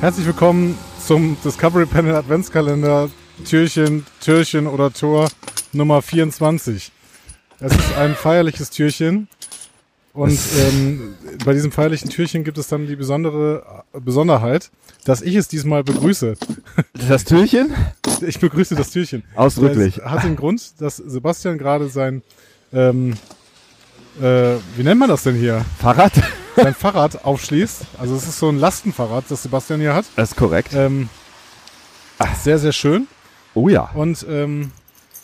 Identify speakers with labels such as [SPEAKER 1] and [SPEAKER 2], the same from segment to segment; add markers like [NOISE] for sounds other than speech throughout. [SPEAKER 1] Herzlich willkommen zum Discovery Panel Adventskalender Türchen, Türchen oder Tor Nummer 24. Es ist ein feierliches Türchen und ähm, bei diesem feierlichen Türchen gibt es dann die besondere äh, Besonderheit, dass ich es diesmal begrüße.
[SPEAKER 2] Das Türchen?
[SPEAKER 1] Ich begrüße das Türchen.
[SPEAKER 2] Ausdrücklich.
[SPEAKER 1] Es hat den Grund, dass Sebastian gerade sein, ähm, äh, wie nennt man das denn hier?
[SPEAKER 2] Fahrrad?
[SPEAKER 1] Sein Fahrrad aufschließt. Also es ist so ein Lastenfahrrad, das Sebastian hier hat.
[SPEAKER 2] Das ist korrekt.
[SPEAKER 1] Ähm,
[SPEAKER 2] Ah.
[SPEAKER 1] sehr, sehr schön.
[SPEAKER 2] Oh ja.
[SPEAKER 1] Und ähm,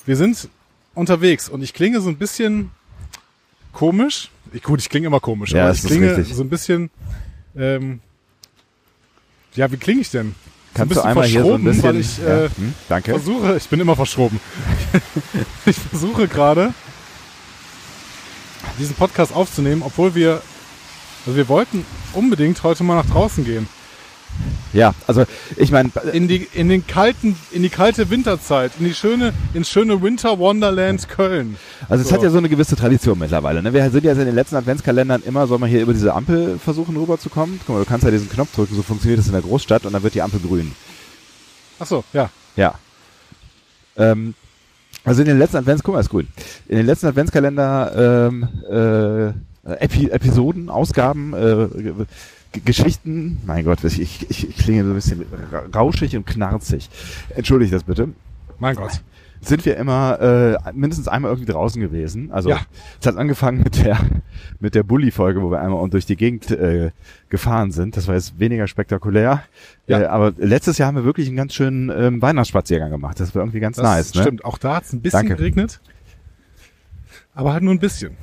[SPEAKER 1] wir sind unterwegs und ich klinge so ein bisschen komisch. Ich, gut, ich klinge immer komisch,
[SPEAKER 2] Ja,
[SPEAKER 1] aber
[SPEAKER 2] das
[SPEAKER 1] ich
[SPEAKER 2] ist
[SPEAKER 1] klinge
[SPEAKER 2] richtig.
[SPEAKER 1] so ein bisschen. Ähm, ja, wie klinge ich denn? So ein
[SPEAKER 2] Kannst du
[SPEAKER 1] bisschen
[SPEAKER 2] einmal hier so ein
[SPEAKER 1] verschroben,
[SPEAKER 2] bisschen...
[SPEAKER 1] Weil ich äh,
[SPEAKER 2] ja. hm, danke.
[SPEAKER 1] versuche, ich bin immer verschroben. [LAUGHS] ich versuche gerade diesen Podcast aufzunehmen, obwohl wir, also wir wollten unbedingt heute mal nach draußen gehen.
[SPEAKER 2] Ja, also ich meine,
[SPEAKER 1] in die in den kalten in die kalte Winterzeit in die schöne ins schöne Winter Wonderland Köln.
[SPEAKER 2] also es
[SPEAKER 1] So.
[SPEAKER 2] hat ja so eine gewisse Tradition mittlerweile. Ne? Wir sind ja in den letzten Adventskalendern immer, soll man hier über diese Ampel versuchen rüberzukommen. Guck mal, du kannst ja diesen Knopf drücken, so funktioniert das in der Großstadt und dann wird die Ampel grün.
[SPEAKER 1] Ach so, ja.
[SPEAKER 2] Ja. Ähm, also in den letzten Advents, guck mal, ist grün. In den letzten Adventskalender ähm, äh, Epi Episoden, Ausgaben, äh, G- G- Geschichten, mein Gott, ich, ich, ich klinge so ein bisschen ra- rauschig und knarzig. Entschuldigt das bitte.
[SPEAKER 1] Mein Gott.
[SPEAKER 2] Sind wir immer äh, mindestens einmal irgendwie draußen gewesen. Also
[SPEAKER 1] Ja.
[SPEAKER 2] es hat angefangen mit der mit der Bully-Folge, wo wir einmal und durch die Gegend äh, gefahren sind. Das war jetzt weniger spektakulär.
[SPEAKER 1] Ja.
[SPEAKER 2] Äh, aber letztes Jahr haben wir wirklich einen ganz schönen ähm, Weihnachtsspaziergang gemacht. Das war irgendwie ganz
[SPEAKER 1] Das
[SPEAKER 2] nice. Ne?
[SPEAKER 1] stimmt. Auch da hat es ein bisschen
[SPEAKER 2] Danke.
[SPEAKER 1] geregnet. Aber halt nur ein bisschen.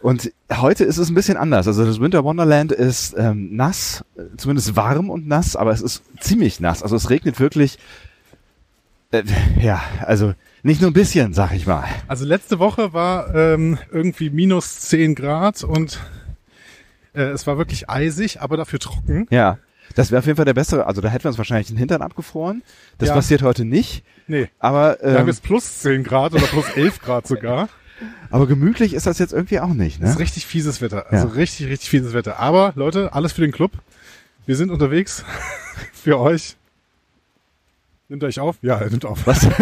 [SPEAKER 2] Und heute ist es ein bisschen anders. Also das Winter Wonderland ist ähm, nass, äh, zumindest warm und nass, aber es ist ziemlich nass. Also es regnet wirklich. Äh, ja, also nicht nur ein bisschen, sag ich mal.
[SPEAKER 1] Also letzte Woche war ähm, irgendwie minus 10 Grad und äh, es war wirklich eisig, aber dafür trocken.
[SPEAKER 2] Ja. Das wäre auf jeden Fall der bessere. Also da hätten wir uns wahrscheinlich den Hintern abgefroren. Das
[SPEAKER 1] Ja.
[SPEAKER 2] passiert heute nicht.
[SPEAKER 1] Nee.
[SPEAKER 2] Aber,
[SPEAKER 1] Wir haben
[SPEAKER 2] ähm,
[SPEAKER 1] jetzt plus 10 Grad oder plus 11 Grad sogar.
[SPEAKER 2] aber gemütlich ist das jetzt irgendwie auch nicht.
[SPEAKER 1] Das ist
[SPEAKER 2] Ne?
[SPEAKER 1] richtig fieses Wetter. Also
[SPEAKER 2] Ja.
[SPEAKER 1] richtig, richtig fieses Wetter. Aber Leute, alles für den Club. Wir sind unterwegs [LAUGHS] für euch. Nimmt er euch auf? Ja, er nimmt auf.
[SPEAKER 2] Was?
[SPEAKER 1] [LAUGHS]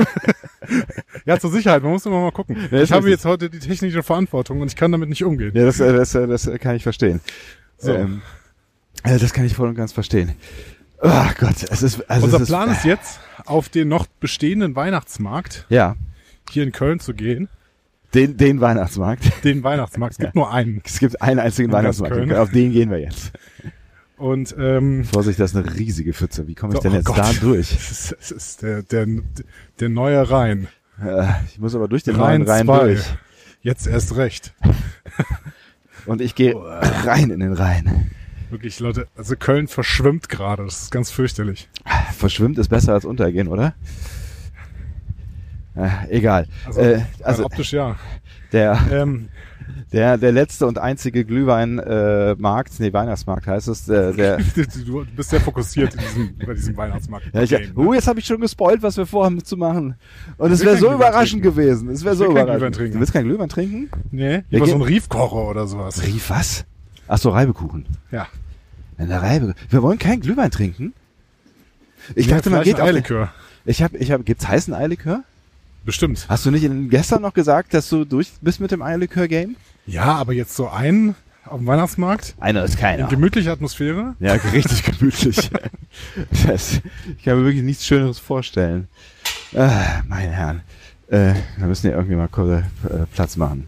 [SPEAKER 1] Ja, zur Sicherheit. Man muss immer mal gucken.
[SPEAKER 2] ist
[SPEAKER 1] ich habe
[SPEAKER 2] richtig.
[SPEAKER 1] jetzt heute die technische Verantwortung und ich kann damit nicht umgehen.
[SPEAKER 2] Ja, das, äh, das, äh, das äh, kann ich verstehen.
[SPEAKER 1] So.
[SPEAKER 2] Ähm, äh, das kann ich voll und ganz verstehen. Ach Gott, es ist. Also
[SPEAKER 1] Unser
[SPEAKER 2] es ist,
[SPEAKER 1] Plan ist jetzt, auf den noch bestehenden Weihnachtsmarkt
[SPEAKER 2] äh, Ja,
[SPEAKER 1] hier in Köln zu gehen.
[SPEAKER 2] den, den Weihnachtsmarkt. [LAUGHS]
[SPEAKER 1] Den Weihnachtsmarkt. Es gibt nur einen.
[SPEAKER 2] Es gibt einen einzigen
[SPEAKER 1] In ganz
[SPEAKER 2] Weihnachtsmarkt.
[SPEAKER 1] Köln.
[SPEAKER 2] Auf den gehen wir jetzt.
[SPEAKER 1] Und ähm,
[SPEAKER 2] Vorsicht, das ist eine riesige Pfütze. Wie komme ich
[SPEAKER 1] So,
[SPEAKER 2] denn
[SPEAKER 1] oh
[SPEAKER 2] jetzt
[SPEAKER 1] Gott.
[SPEAKER 2] da durch?
[SPEAKER 1] es ist, es ist der, der, der neue Rhein.
[SPEAKER 2] Äh, Ich muss aber durch den
[SPEAKER 1] Rhein
[SPEAKER 2] neuen Rhein
[SPEAKER 1] zwei.
[SPEAKER 2] durch.
[SPEAKER 1] Jetzt erst recht.
[SPEAKER 2] Und ich
[SPEAKER 1] Oh.
[SPEAKER 2] gehe rein in den Rhein.
[SPEAKER 1] Wirklich, Leute, also Köln verschwimmt gerade. Das ist ganz fürchterlich.
[SPEAKER 2] Verschwimmt ist besser als untergehen, oder? Äh, egal.
[SPEAKER 1] Also,
[SPEAKER 2] äh,
[SPEAKER 1] also
[SPEAKER 2] also
[SPEAKER 1] optisch ja.
[SPEAKER 2] der,
[SPEAKER 1] Ähm,
[SPEAKER 2] der, der letzte und einzige Glühweinmarkt, äh, Markt, nee, Weihnachtsmarkt heißt es, der, der
[SPEAKER 1] du, [LAUGHS] du bist sehr fokussiert in diesem, bei diesem Weihnachtsmarkt.
[SPEAKER 2] Ja, ich,
[SPEAKER 1] Game, ne?
[SPEAKER 2] oh, jetzt habe ich schon gespoilt, was wir vorhaben zu machen. Und es wäre
[SPEAKER 1] kein
[SPEAKER 2] so
[SPEAKER 1] Glühwein
[SPEAKER 2] überraschend gewesen. Es wäre
[SPEAKER 1] Ich will
[SPEAKER 2] so
[SPEAKER 1] kein Glühwein
[SPEAKER 2] überraschend.
[SPEAKER 1] trinken.
[SPEAKER 2] Du willst kein Glühwein trinken?
[SPEAKER 1] Nee,
[SPEAKER 2] Wir
[SPEAKER 1] über so
[SPEAKER 2] gehen-
[SPEAKER 1] einen Riefkocher oder sowas.
[SPEAKER 2] Rief was? Ach so, Reibekuchen.
[SPEAKER 1] Ja.
[SPEAKER 2] Wenn der Reibe. Wir wollen kein Glühwein trinken. Ich
[SPEAKER 1] Ja,
[SPEAKER 2] dachte, man
[SPEAKER 1] vielleicht
[SPEAKER 2] geht
[SPEAKER 1] ein
[SPEAKER 2] auf.
[SPEAKER 1] Eierlikör.
[SPEAKER 2] Ich habe, ich habe, gibt's heißen Eilikör?
[SPEAKER 1] Bestimmt.
[SPEAKER 2] Hast du nicht in, gestern noch gesagt, dass du durch bist mit dem Eilikör-Game?
[SPEAKER 1] Ja, aber jetzt so einen auf dem Weihnachtsmarkt
[SPEAKER 2] Einer ist
[SPEAKER 1] in
[SPEAKER 2] keiner.
[SPEAKER 1] gemütlicher Atmosphäre.
[SPEAKER 2] Ja, [LAUGHS] richtig gemütlich. das, ich kann mir wirklich nichts Schöneres vorstellen. Äh, meine Herren, äh, wir müssen ja irgendwie mal kurz äh, Platz machen.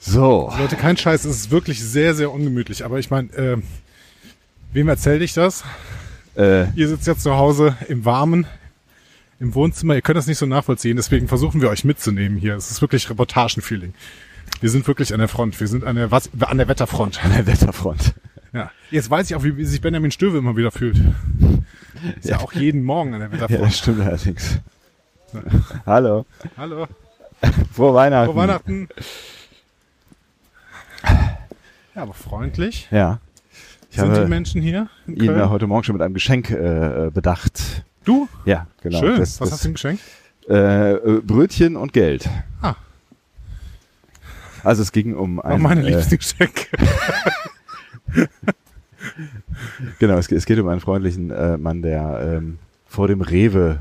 [SPEAKER 2] So,
[SPEAKER 1] Leute, kein Scheiß, es ist wirklich sehr, sehr ungemütlich. Aber ich meine, äh, wem erzähle ich das?
[SPEAKER 2] äh,
[SPEAKER 1] Ihr sitzt jetzt zu Hause im Warmen, im Wohnzimmer. Ihr könnt das nicht so nachvollziehen, deswegen versuchen wir euch mitzunehmen hier. Es ist wirklich Reportagen-Feeling. Wir sind wirklich an der Front. Wir sind an der, was, an der Wetterfront.
[SPEAKER 2] An der Wetterfront.
[SPEAKER 1] Ja. Jetzt weiß ich auch, wie sich Benjamin Stöwe immer wieder fühlt. Ist ja, auch jeden Morgen an der
[SPEAKER 2] Ja, das
[SPEAKER 1] Wetterfront.
[SPEAKER 2] stimmt allerdings. Hallo.
[SPEAKER 1] Hallo,
[SPEAKER 2] Frohe Weihnachten.
[SPEAKER 1] frohe Weihnachten. Ja, aber freundlich
[SPEAKER 2] Ja. Ich
[SPEAKER 1] sind die
[SPEAKER 2] habe
[SPEAKER 1] Menschen hier in
[SPEAKER 2] ihn
[SPEAKER 1] Köln.
[SPEAKER 2] heute Morgen schon mit einem Geschenk äh, äh, bedacht.
[SPEAKER 1] Du?
[SPEAKER 2] Ja, genau.
[SPEAKER 1] Schön.
[SPEAKER 2] Das,
[SPEAKER 1] Was
[SPEAKER 2] das,
[SPEAKER 1] hast du denn geschenkt?
[SPEAKER 2] äh, äh, Brötchen und Geld.
[SPEAKER 1] Ah.
[SPEAKER 2] Also es ging um
[SPEAKER 1] War
[SPEAKER 2] ein,
[SPEAKER 1] meine
[SPEAKER 2] äh,
[SPEAKER 1] liebsten Geschenke.
[SPEAKER 2] genau, es, ge- es geht um einen freundlichen äh, Mann, der ähm, vor dem Rewe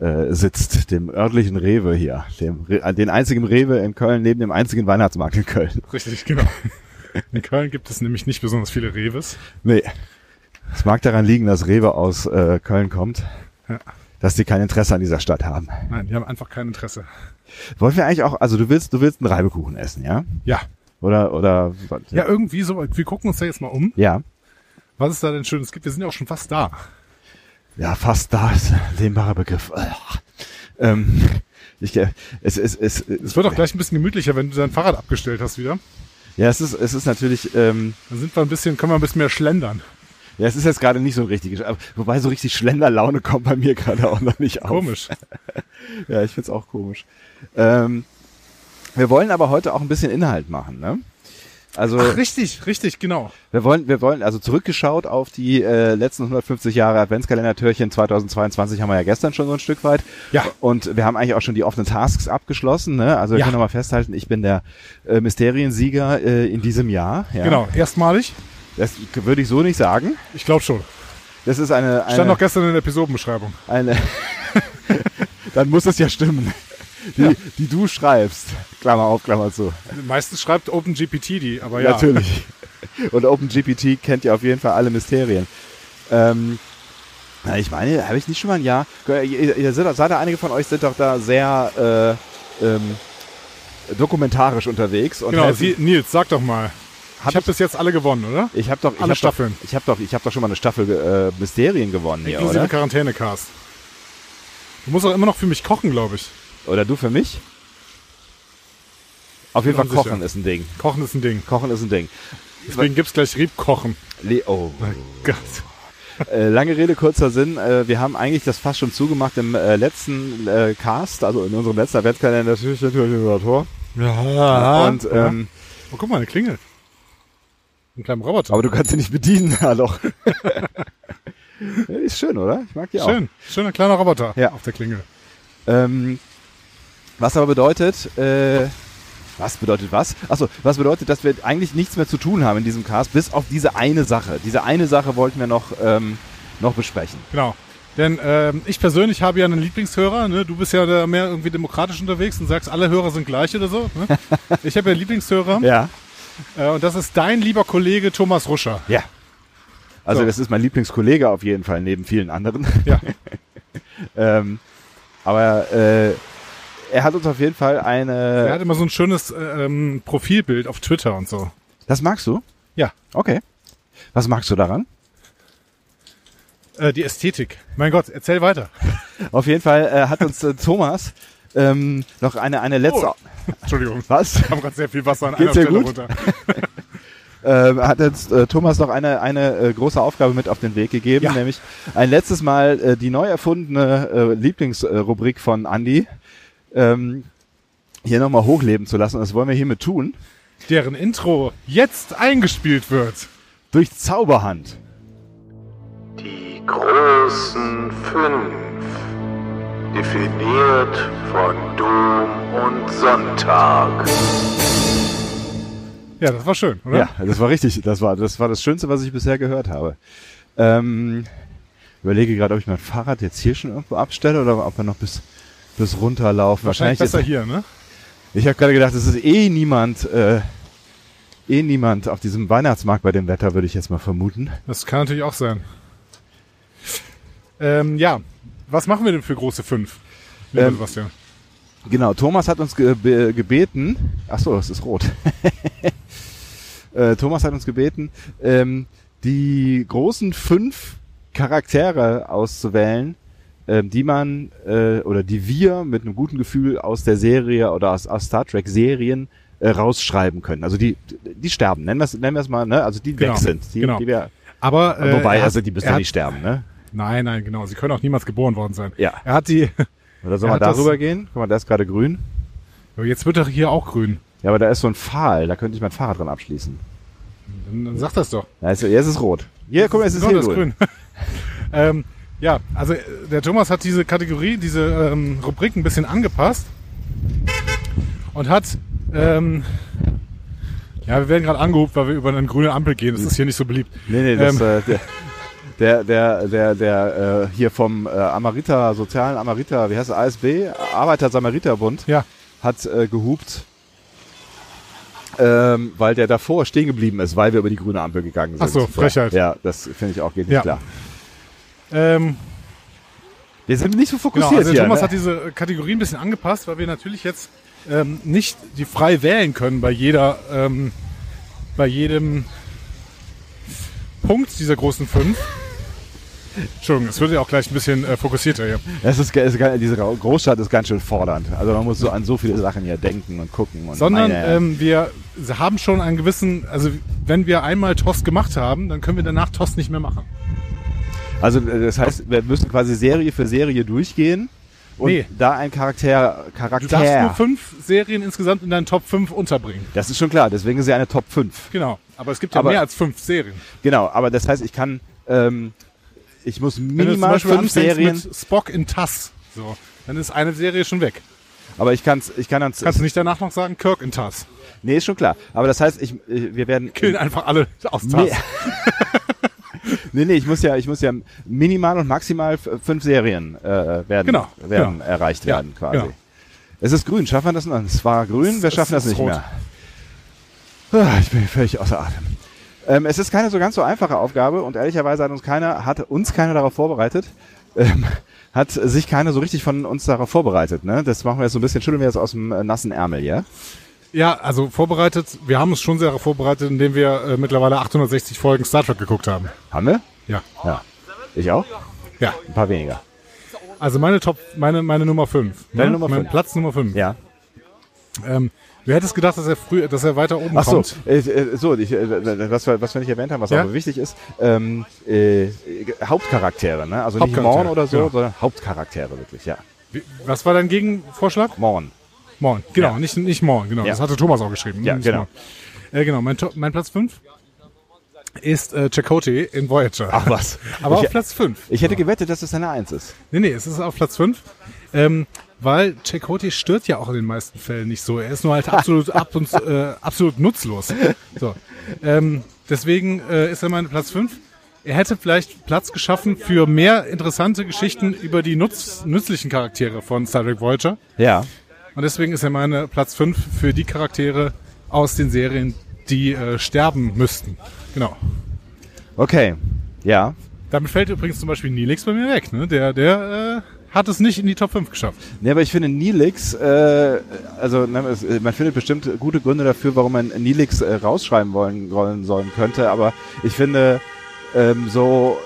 [SPEAKER 2] äh, sitzt, dem örtlichen Rewe hier, dem Re äh, den einzigen Rewe in Köln neben dem einzigen Weihnachtsmarkt in Köln.
[SPEAKER 1] Richtig, [LAUGHS] genau. In Köln gibt es nämlich nicht besonders viele Reves.
[SPEAKER 2] Nee. Es mag daran liegen, dass Rewe aus äh, Köln kommt,
[SPEAKER 1] Ja.
[SPEAKER 2] dass die kein Interesse an dieser Stadt haben.
[SPEAKER 1] Nein, die haben einfach kein Interesse.
[SPEAKER 2] Wollen wir eigentlich auch, also du willst, du willst einen Reibekuchen essen, ja?
[SPEAKER 1] Ja.
[SPEAKER 2] Oder, oder,
[SPEAKER 1] Ja, irgendwie so. Wir gucken uns da jetzt mal um,
[SPEAKER 2] ja.
[SPEAKER 1] was es da denn Schönes gibt. Wir sind ja auch schon fast da.
[SPEAKER 2] Ja, fast da ist ein dehnbarer Begriff. Ah, Ähm, ich, äh, es, es, es,
[SPEAKER 1] Es wird auch gleich ein bisschen gemütlicher, wenn du dein Fahrrad abgestellt hast wieder.
[SPEAKER 2] ja, es ist, es ist natürlich, ähm,
[SPEAKER 1] Dann sind wir ein bisschen, können wir ein bisschen mehr schlendern.
[SPEAKER 2] ja, es ist jetzt gerade nicht so ein richtiges, aber- wobei so richtig Schlenderlaune kommt bei mir gerade auch noch nicht auf. Äh.
[SPEAKER 1] Komisch.
[SPEAKER 2] Ja, ich find's auch komisch. Ähm, wir wollen aber heute auch ein bisschen Inhalt machen, ne? Also,
[SPEAKER 1] Ach, richtig, richtig, genau.
[SPEAKER 2] wir wollen, wir wollen, also zurückgeschaut auf die äh, letzten 150 Jahre Adventskalender-Türchen 2022 haben wir ja gestern schon so ein Stück weit.
[SPEAKER 1] Ja.
[SPEAKER 2] Und wir haben eigentlich auch schon die offenen Tasks abgeschlossen. Ne? Also wir
[SPEAKER 1] Ja.
[SPEAKER 2] können nochmal festhalten, ich bin der äh, Mysteriensieger äh, in diesem Jahr. Ja.
[SPEAKER 1] Genau, erstmalig.
[SPEAKER 2] Das würde ich so nicht sagen.
[SPEAKER 1] Ich glaube schon.
[SPEAKER 2] Das ist eine... eine
[SPEAKER 1] Stand noch gestern in der Episodenbeschreibung.
[SPEAKER 2] eine [LAUGHS] Dann muss es ja stimmen. Die, die du schreibst. Klammer auf, Klammer zu.
[SPEAKER 1] Meistens schreibt OpenGPT die, aber ja.
[SPEAKER 2] Natürlich. [LAUGHS] Und OpenGPT kennt ja auf jeden Fall alle Mysterien. Ähm, na, ich meine, habe ich nicht schon mal ein Jahr? Ihr, ihr seid, seid da einige von euch sind doch da sehr äh, ähm, dokumentarisch unterwegs. Und halt
[SPEAKER 1] Genau,
[SPEAKER 2] helfen-
[SPEAKER 1] sie, Nils, sag doch mal.
[SPEAKER 2] Hab
[SPEAKER 1] ich habe bis jetzt alle gewonnen, oder?
[SPEAKER 2] ich habe doch, ich
[SPEAKER 1] alle
[SPEAKER 2] hab doch,
[SPEAKER 1] Staffeln.
[SPEAKER 2] ich habe doch, ich habe doch schon mal eine Staffel äh, Mysterien gewonnen hier,
[SPEAKER 1] Inklusive
[SPEAKER 2] oder?
[SPEAKER 1] Quarantäne-Cast. Du musst auch immer noch für mich kochen, glaube ich.
[SPEAKER 2] Oder du für mich? Auf jeden
[SPEAKER 1] Bin
[SPEAKER 2] Fall kochen
[SPEAKER 1] unsicher.
[SPEAKER 2] ist ein Ding.
[SPEAKER 1] Kochen ist ein Ding.
[SPEAKER 2] Kochen ist ein Ding.
[SPEAKER 1] Deswegen gibt's gleich Riebkochen.
[SPEAKER 2] Le oh.
[SPEAKER 1] Gott.
[SPEAKER 2] Äh, lange Rede, kurzer Sinn. Äh, wir haben eigentlich das fast schon zugemacht im äh, letzten äh, Cast, also in unserem letzten Adventskalender. Natürlich, natürlich, natürlich, Tor.
[SPEAKER 1] Ja.
[SPEAKER 2] Und, ähm,
[SPEAKER 1] oh, guck mal, eine Klingel. Ein kleiner Roboter.
[SPEAKER 2] aber du kannst sie nicht bedienen, [LAUGHS] hallo. Ist schön, oder? Ich mag die auch.
[SPEAKER 1] Schön. Schöner kleiner Roboter
[SPEAKER 2] Ja.
[SPEAKER 1] auf der Klingel.
[SPEAKER 2] Ähm, was aber bedeutet, äh, was bedeutet was? Achso, was bedeutet, dass wir eigentlich nichts mehr zu tun haben in diesem Cast, bis auf diese eine Sache. Diese eine Sache wollten wir noch, ähm, noch besprechen.
[SPEAKER 1] Genau. Denn ähm, ich persönlich habe ja einen Lieblingshörer. Ne? Du bist ja da mehr irgendwie demokratisch unterwegs und sagst, alle Hörer sind gleich oder so.
[SPEAKER 2] [LAUGHS]
[SPEAKER 1] Ne? Ich habe ja einen Lieblingshörer
[SPEAKER 2] Ja.
[SPEAKER 1] äh, und das ist dein lieber Kollege Thomas Ruscher.
[SPEAKER 2] Ja. Also
[SPEAKER 1] So.
[SPEAKER 2] das ist mein Lieblingskollege auf jeden Fall, neben vielen anderen. [LAUGHS]
[SPEAKER 1] Ja.
[SPEAKER 2] ähm, aber äh, er hat uns auf jeden Fall
[SPEAKER 1] Er
[SPEAKER 2] eine...
[SPEAKER 1] hat immer so ein schönes äh, ähm, Profilbild auf Twitter und so.
[SPEAKER 2] Das magst du?
[SPEAKER 1] Ja,
[SPEAKER 2] Okay. Was magst du daran?
[SPEAKER 1] äh, die Ästhetik. Mein Gott, erzähl weiter.
[SPEAKER 2] Auf jeden Fall äh, hat uns äh, Thomas ähm, noch eine, eine letzte...
[SPEAKER 1] Oh. Entschuldigung.
[SPEAKER 2] Was?
[SPEAKER 1] Ich habe gerade sehr viel Wasser an
[SPEAKER 2] Geht's
[SPEAKER 1] einer
[SPEAKER 2] dir
[SPEAKER 1] Stelle
[SPEAKER 2] gut?
[SPEAKER 1] runter.
[SPEAKER 2] ähm, hat jetzt äh, Thomas noch eine, eine äh, große Aufgabe mit auf den Weg gegeben,
[SPEAKER 1] Ja.
[SPEAKER 2] nämlich ein letztes Mal äh, die neu erfundene äh, Lieblingsrubrik von Andy ähm, hier nochmal hochleben zu lassen. Und Das wollen wir hiermit tun.
[SPEAKER 1] Deren Intro jetzt eingespielt wird.
[SPEAKER 2] Durch Zauberhand.
[SPEAKER 3] Die großen fünf, definiert von Dom und Sonntag.
[SPEAKER 1] Ja, das war schön, oder?
[SPEAKER 2] Ja, das war richtig. Das war das, war das Schönste, was ich bisher gehört habe. Ähm, überlege gerade, ob ich mein Fahrrad jetzt hier schon irgendwo abstelle oder ob wir noch bis, bis runterlaufen.
[SPEAKER 1] Wahrscheinlich
[SPEAKER 2] jetzt-
[SPEAKER 1] besser hier, ne?
[SPEAKER 2] Ich habe gerade gedacht, es ist eh niemand, äh, eh niemand auf diesem Weihnachtsmarkt bei dem Wetter, würde ich jetzt mal vermuten.
[SPEAKER 1] Das kann natürlich auch sein. Ähm, ja, was machen wir denn für große fünf? Lieber
[SPEAKER 2] Ähm,
[SPEAKER 1] Sebastian.
[SPEAKER 2] Genau, Thomas hat uns ge be- gebeten, ach so, es ist rot. [LAUGHS] äh, Thomas hat uns gebeten, ähm, die großen fünf Charaktere auszuwählen, ähm, die man äh, oder die wir mit einem guten Gefühl aus der Serie oder aus, aus Star Trek Serien äh, rausschreiben können. Also die, die sterben, nennen wir es nennen wir's mal, ne? Also die
[SPEAKER 1] Genau,
[SPEAKER 2] weg sind. Die,
[SPEAKER 1] genau.
[SPEAKER 2] die wir,
[SPEAKER 1] Aber äh,
[SPEAKER 2] wobei,
[SPEAKER 1] er hat-
[SPEAKER 2] also die müssen
[SPEAKER 1] er
[SPEAKER 2] ja
[SPEAKER 1] hat-
[SPEAKER 2] nicht sterben, ne?
[SPEAKER 1] Nein, nein, genau. Sie können auch niemals geboren worden sein.
[SPEAKER 2] Ja.
[SPEAKER 1] Er hat die. [LAUGHS]
[SPEAKER 2] Oder soll
[SPEAKER 1] Er
[SPEAKER 2] man
[SPEAKER 1] hat das-
[SPEAKER 2] darüber gehen? Guck mal, da ist gerade grün.
[SPEAKER 1] Jetzt wird er hier auch grün.
[SPEAKER 2] Ja, aber da ist so ein Pfahl, da könnte ich mein Fahrrad dran abschließen.
[SPEAKER 1] Dann, dann sag das doch.
[SPEAKER 2] Da ist, Also, jetzt ist es rot. Hier, guck mal, es ist
[SPEAKER 1] Guck
[SPEAKER 2] hier
[SPEAKER 1] mal,
[SPEAKER 2] grün.
[SPEAKER 1] [LAUGHS] ähm, ja, also äh, der Thomas hat diese Kategorie, diese ähm, Rubrik ein bisschen angepasst und hat. Ähm, ja, wir werden gerade angehobt, weil wir über eine grüne Ampel gehen. Das ist hier nicht so beliebt.
[SPEAKER 2] Nee, nee, das,
[SPEAKER 1] Ähm.
[SPEAKER 2] äh, der, der, der, der, der äh, hier vom äh, Amarita, sozialen Amarita, wie heißt er, ASB, Arbeiter-Samariter-Bund,
[SPEAKER 1] Ja,
[SPEAKER 2] hat äh, gehupt, ähm, weil der davor stehen geblieben ist, weil wir über die grüne Ampel gegangen sind.
[SPEAKER 1] Ach so, Frechheit.
[SPEAKER 2] Ja, ja das finde ich auch, geht nicht
[SPEAKER 1] Ja.
[SPEAKER 2] klar.
[SPEAKER 1] ähm,
[SPEAKER 2] Wir sind nicht so
[SPEAKER 1] genau.
[SPEAKER 2] fokussiert
[SPEAKER 1] Also der
[SPEAKER 2] hier.
[SPEAKER 1] Thomas
[SPEAKER 2] ne?
[SPEAKER 1] hat diese Kategorie ein bisschen angepasst, weil wir natürlich jetzt ähm, nicht die frei wählen können bei jeder, ähm, bei jedem Punkt dieser großen fünf. Entschuldigung, es wird ja auch gleich ein bisschen äh, fokussierter hier.
[SPEAKER 2] das ist, ge- ist, ge- diese Gra- Großstadt ist ganz schön fordernd. Also man muss so an so viele Sachen hier denken und gucken. Und
[SPEAKER 1] sondern
[SPEAKER 2] meine-
[SPEAKER 1] ähm, wir haben schon einen gewissen, also wenn wir einmal Tost gemacht haben, dann können wir danach Tost nicht mehr machen.
[SPEAKER 2] Also äh, das heißt, wir müssen quasi Serie für Serie durchgehen und
[SPEAKER 1] Nee.
[SPEAKER 2] da ein Charakter
[SPEAKER 1] Du darfst
[SPEAKER 2] Charakter.
[SPEAKER 1] nur fünf Serien insgesamt in deinen Top 5 unterbringen.
[SPEAKER 2] das ist schon klar, deswegen ist ja eine Top 5.
[SPEAKER 1] Genau, aber es gibt ja
[SPEAKER 2] Aber-
[SPEAKER 1] mehr als fünf Serien.
[SPEAKER 2] Genau, aber das heißt, ich kann ähm, ich muss
[SPEAKER 1] Wenn du zum
[SPEAKER 2] minimal
[SPEAKER 1] Beispiel
[SPEAKER 2] fünf
[SPEAKER 1] anfängst
[SPEAKER 2] Serien,
[SPEAKER 1] mit Spock in Tass, so, dann ist eine Serie schon weg.
[SPEAKER 2] aber ich kann's ich kann dann
[SPEAKER 1] Kannst du nicht danach noch sagen, Kirk in Tass.
[SPEAKER 2] Nee, ist schon klar, aber das heißt, ich äh, wir werden
[SPEAKER 1] Killen einfach alle aus Tass.
[SPEAKER 2] nee. nee, [LAUGHS] nee, ich muss ja ich muss ja minimal und maximal f- fünf Serien äh, werden
[SPEAKER 1] Genau,
[SPEAKER 2] werden
[SPEAKER 1] genau.
[SPEAKER 2] erreicht
[SPEAKER 1] Ja,
[SPEAKER 2] werden quasi.
[SPEAKER 1] genau.
[SPEAKER 2] Es ist grün, schaffen wir das noch? Es war grün, wir
[SPEAKER 1] Es-
[SPEAKER 2] schaffen
[SPEAKER 1] es
[SPEAKER 2] das
[SPEAKER 1] ist
[SPEAKER 2] nicht
[SPEAKER 1] rot.
[SPEAKER 2] mehr. Ah, Ich bin völlig außer Atem. Ähm, es ist keine so ganz so einfache Aufgabe und ehrlicherweise hat uns keiner, hat uns keiner darauf vorbereitet, ähm, hat sich keiner so richtig von uns darauf vorbereitet. Ne? Das machen wir jetzt so ein bisschen, schütteln wir jetzt aus dem äh, nassen Ärmel, ja?
[SPEAKER 1] Ja, also vorbereitet, wir haben uns schon sehr vorbereitet, indem wir äh, mittlerweile 860 Folgen Star Trek geguckt haben.
[SPEAKER 2] Haben wir?
[SPEAKER 1] Ja.
[SPEAKER 2] Ja. Ich auch?
[SPEAKER 1] Ja.
[SPEAKER 2] Ein paar weniger.
[SPEAKER 1] Also meine Top, meine, meine Nummer 5.
[SPEAKER 2] Deine Nummer
[SPEAKER 1] mein
[SPEAKER 2] fünf.
[SPEAKER 1] Platz Nummer 5.
[SPEAKER 2] Ja.
[SPEAKER 1] Ähm, du hättest gedacht, dass er früh, dass er weiter oben
[SPEAKER 2] Ach so,
[SPEAKER 1] kommt.
[SPEAKER 2] äh, äh, so ich, äh, was, wir, was wir nicht erwähnt haben, was
[SPEAKER 1] Ja?
[SPEAKER 2] aber wichtig ist, ähm, äh, ge- Hauptcharaktere, ne? Also nicht
[SPEAKER 1] Hauptcharaktere,
[SPEAKER 2] Morn oder so,
[SPEAKER 1] genau.
[SPEAKER 2] sondern Hauptcharaktere wirklich, ja.
[SPEAKER 1] Wie- Was war dein Gegenvorschlag?
[SPEAKER 2] Morn.
[SPEAKER 1] Morn. Genau, nicht, nicht Morn, genau.
[SPEAKER 2] Ja.
[SPEAKER 1] Das hatte Thomas auch geschrieben. ne?
[SPEAKER 2] Ja,
[SPEAKER 1] nicht
[SPEAKER 2] genau.
[SPEAKER 1] Morn. Äh, genau, mein, Top- mein Platz 5 ist äh, Chakotay in Voyager.
[SPEAKER 2] Ach was.
[SPEAKER 1] Aber
[SPEAKER 2] [LAUGHS] ich,
[SPEAKER 1] auf Platz 5.
[SPEAKER 2] ich hätte gewettet, dass das eine Eins ist.
[SPEAKER 1] Nee, nee, es ist auf Platz 5. Ähm, weil Chakotay stört ja auch in den meisten Fällen nicht so. Er ist nur halt absolut, ab und, äh, absolut nutzlos. So. Ähm, deswegen äh, ist er mein Platz 5. Er hätte vielleicht Platz geschaffen für mehr interessante Geschichten über die nutz, nützlichen Charaktere von Star Trek Voyager.
[SPEAKER 2] Ja.
[SPEAKER 1] Und deswegen ist er meine Platz 5 für die Charaktere aus den Serien, die äh, sterben müssten. Genau.
[SPEAKER 2] Okay. Ja.
[SPEAKER 1] Damit fällt übrigens zum Beispiel Nilix bei mir weg. Ne? Der, der äh, hat es nicht in die Top 5 geschafft.
[SPEAKER 2] Nee, aber ich finde Nilix, äh, also ne, es, äh, man findet bestimmt gute Gründe dafür, warum man Nilix äh, rausschreiben wollen, wollen sollen könnte, aber ich finde ähm, so